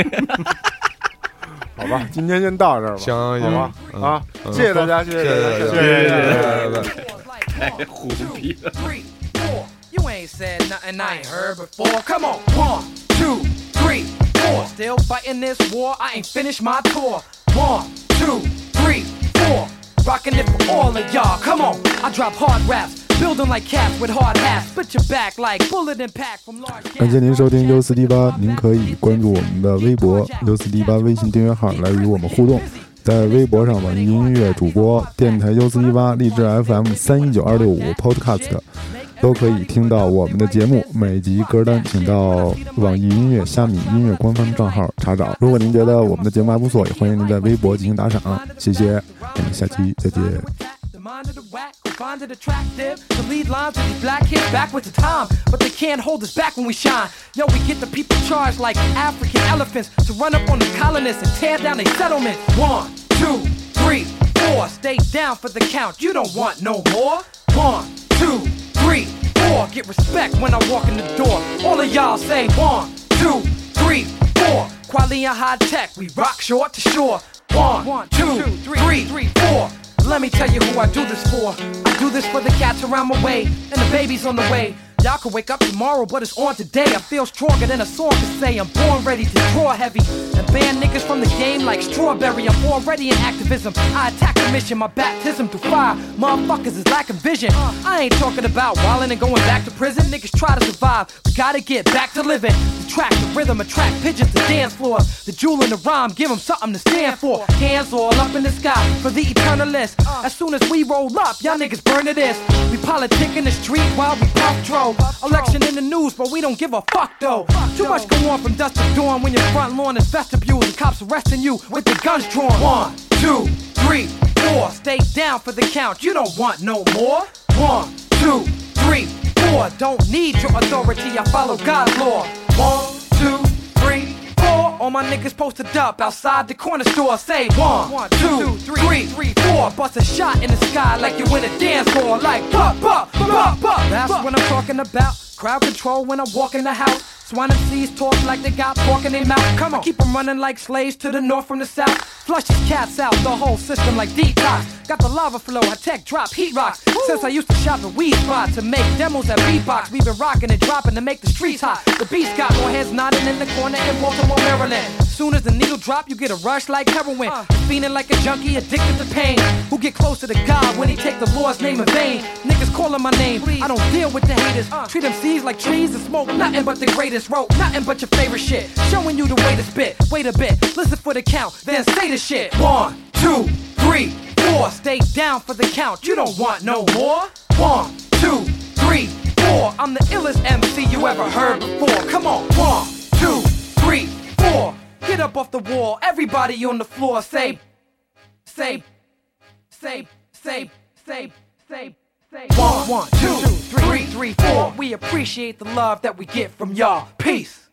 Speaker 3: 好吧？今天先到这儿吧，
Speaker 2: 行，嗯
Speaker 3: 好
Speaker 2: 行
Speaker 3: 吧？啊，谢谢大家，谢谢大家，
Speaker 2: 谢谢
Speaker 1: 谢谢
Speaker 2: 对对对。
Speaker 6: Hey,
Speaker 4: Jumpy.
Speaker 6: three, four. You ain't said nothing I ain't heard before. Come on, one, two, three, four. Still fighting this war, I ain't finished my tour. One, two, three, four. Rocking it for all of y'all. Come on, I drop hard raps, build 'em like cats with hard hats. Put your back like bullet and pack from large.
Speaker 7: 感谢您收听六四 D 八，您可以关注我们的微博六四 D 八微信订阅号来与我们互动，在微博上网易音乐主播、电台六四 D 八、荔枝 FM 三一九二六五 Podcast 都可以听到我们的节目。每集歌单请到网易音乐、虾米音乐官方账号查找。如果您觉得我们的节目还不错，也欢迎您在微博进行打赏，谢谢。我们下期再见。
Speaker 6: The mind of the whack, we find it attractive. The lead lines of these black kids backwards in time, but they can't hold us back when we shine. Yo, we get the people charged like African elephants to run up on the colonists and tear down their settlement. One, two, three, four. Stay down for the count. You don't want no more. One, two, three, four. Get respect when I walk in the door. All of y'all say one, two, three, four. Quality and high tech, we rock shore to shore. One, two, three, four. Let me tell you who I do this for. I do this for the cats around my way and the babies on the way. Y'all can wake up tomorrow, but it's on today. I feel stronger than a song can say. I'm born ready to draw heavy and ban niggas from the game like strawberry. I'm already in activism. I attack the mission, my baptism through fire. Motherfuckers is lacking vision. I ain't talking about wildin' and going back to prison. Niggas try to survive. We gotta get back to living. The track, the rhythm, attract pigeons to dance floors. The jewel in the rhyme, give 'em something to stand for. Hands all up in the sky for the eternalist. As soon as we roll up, y'all niggas burn to this. We politic in the street while we pop troll. Election in the news, but we don't give a fuck though. Too much go on from dusk to dawn when your front lawn is vestibule. The cops arresting you with their guns drawn. One, two, three, four. Stay down for the count. You don't want no more. One, two, three, four. Don't need your authority. I follow God's law. One, two, three, four. All my niggas posted up outside the corner store. Say one, two, three, three, four. Bust a shot in the sky like you in a dance floor. Like pop, pop, pop, pop. That's what I'm talking about. Crowd control when I walk in the house. Swan and seas talk like they got pork in their mouth. Come on, keep 'em running like slaves to the north from the south. Flush these cats out the whole system like detox. Got Got the lava flow, high tech drop, heat rocks. Since I used to shop at Weed Spot to make demos at Beatbox, we've been rocking and dropping to make the streets hot. The beats got more heads nodding in the corner in Baltimore, Maryland. Soon as the needle drop, you get a rush like heroin. Feeling like a junkie, addicted to pain. Who get closer to God when he take the Lord's name in vain? Niggas calling my name, I don't deal with the haters. Treat them seeds like trees and smoke nothing but the greatest rope, nothing but your favorite shit. Showing you the way to spit. Wait a bit, listen for the count, then say the shit. One, two, three, four. Stay down for the count, you don't want no more. One, two, three, four. I'm the illest MC you ever heard before. Come on, one, two, three, four. Get up off the wall, everybody on the floor, say, say, say, say, say, say. say. One, one, two, three, three, four. We appreciate the love that we get from y'all. Peace.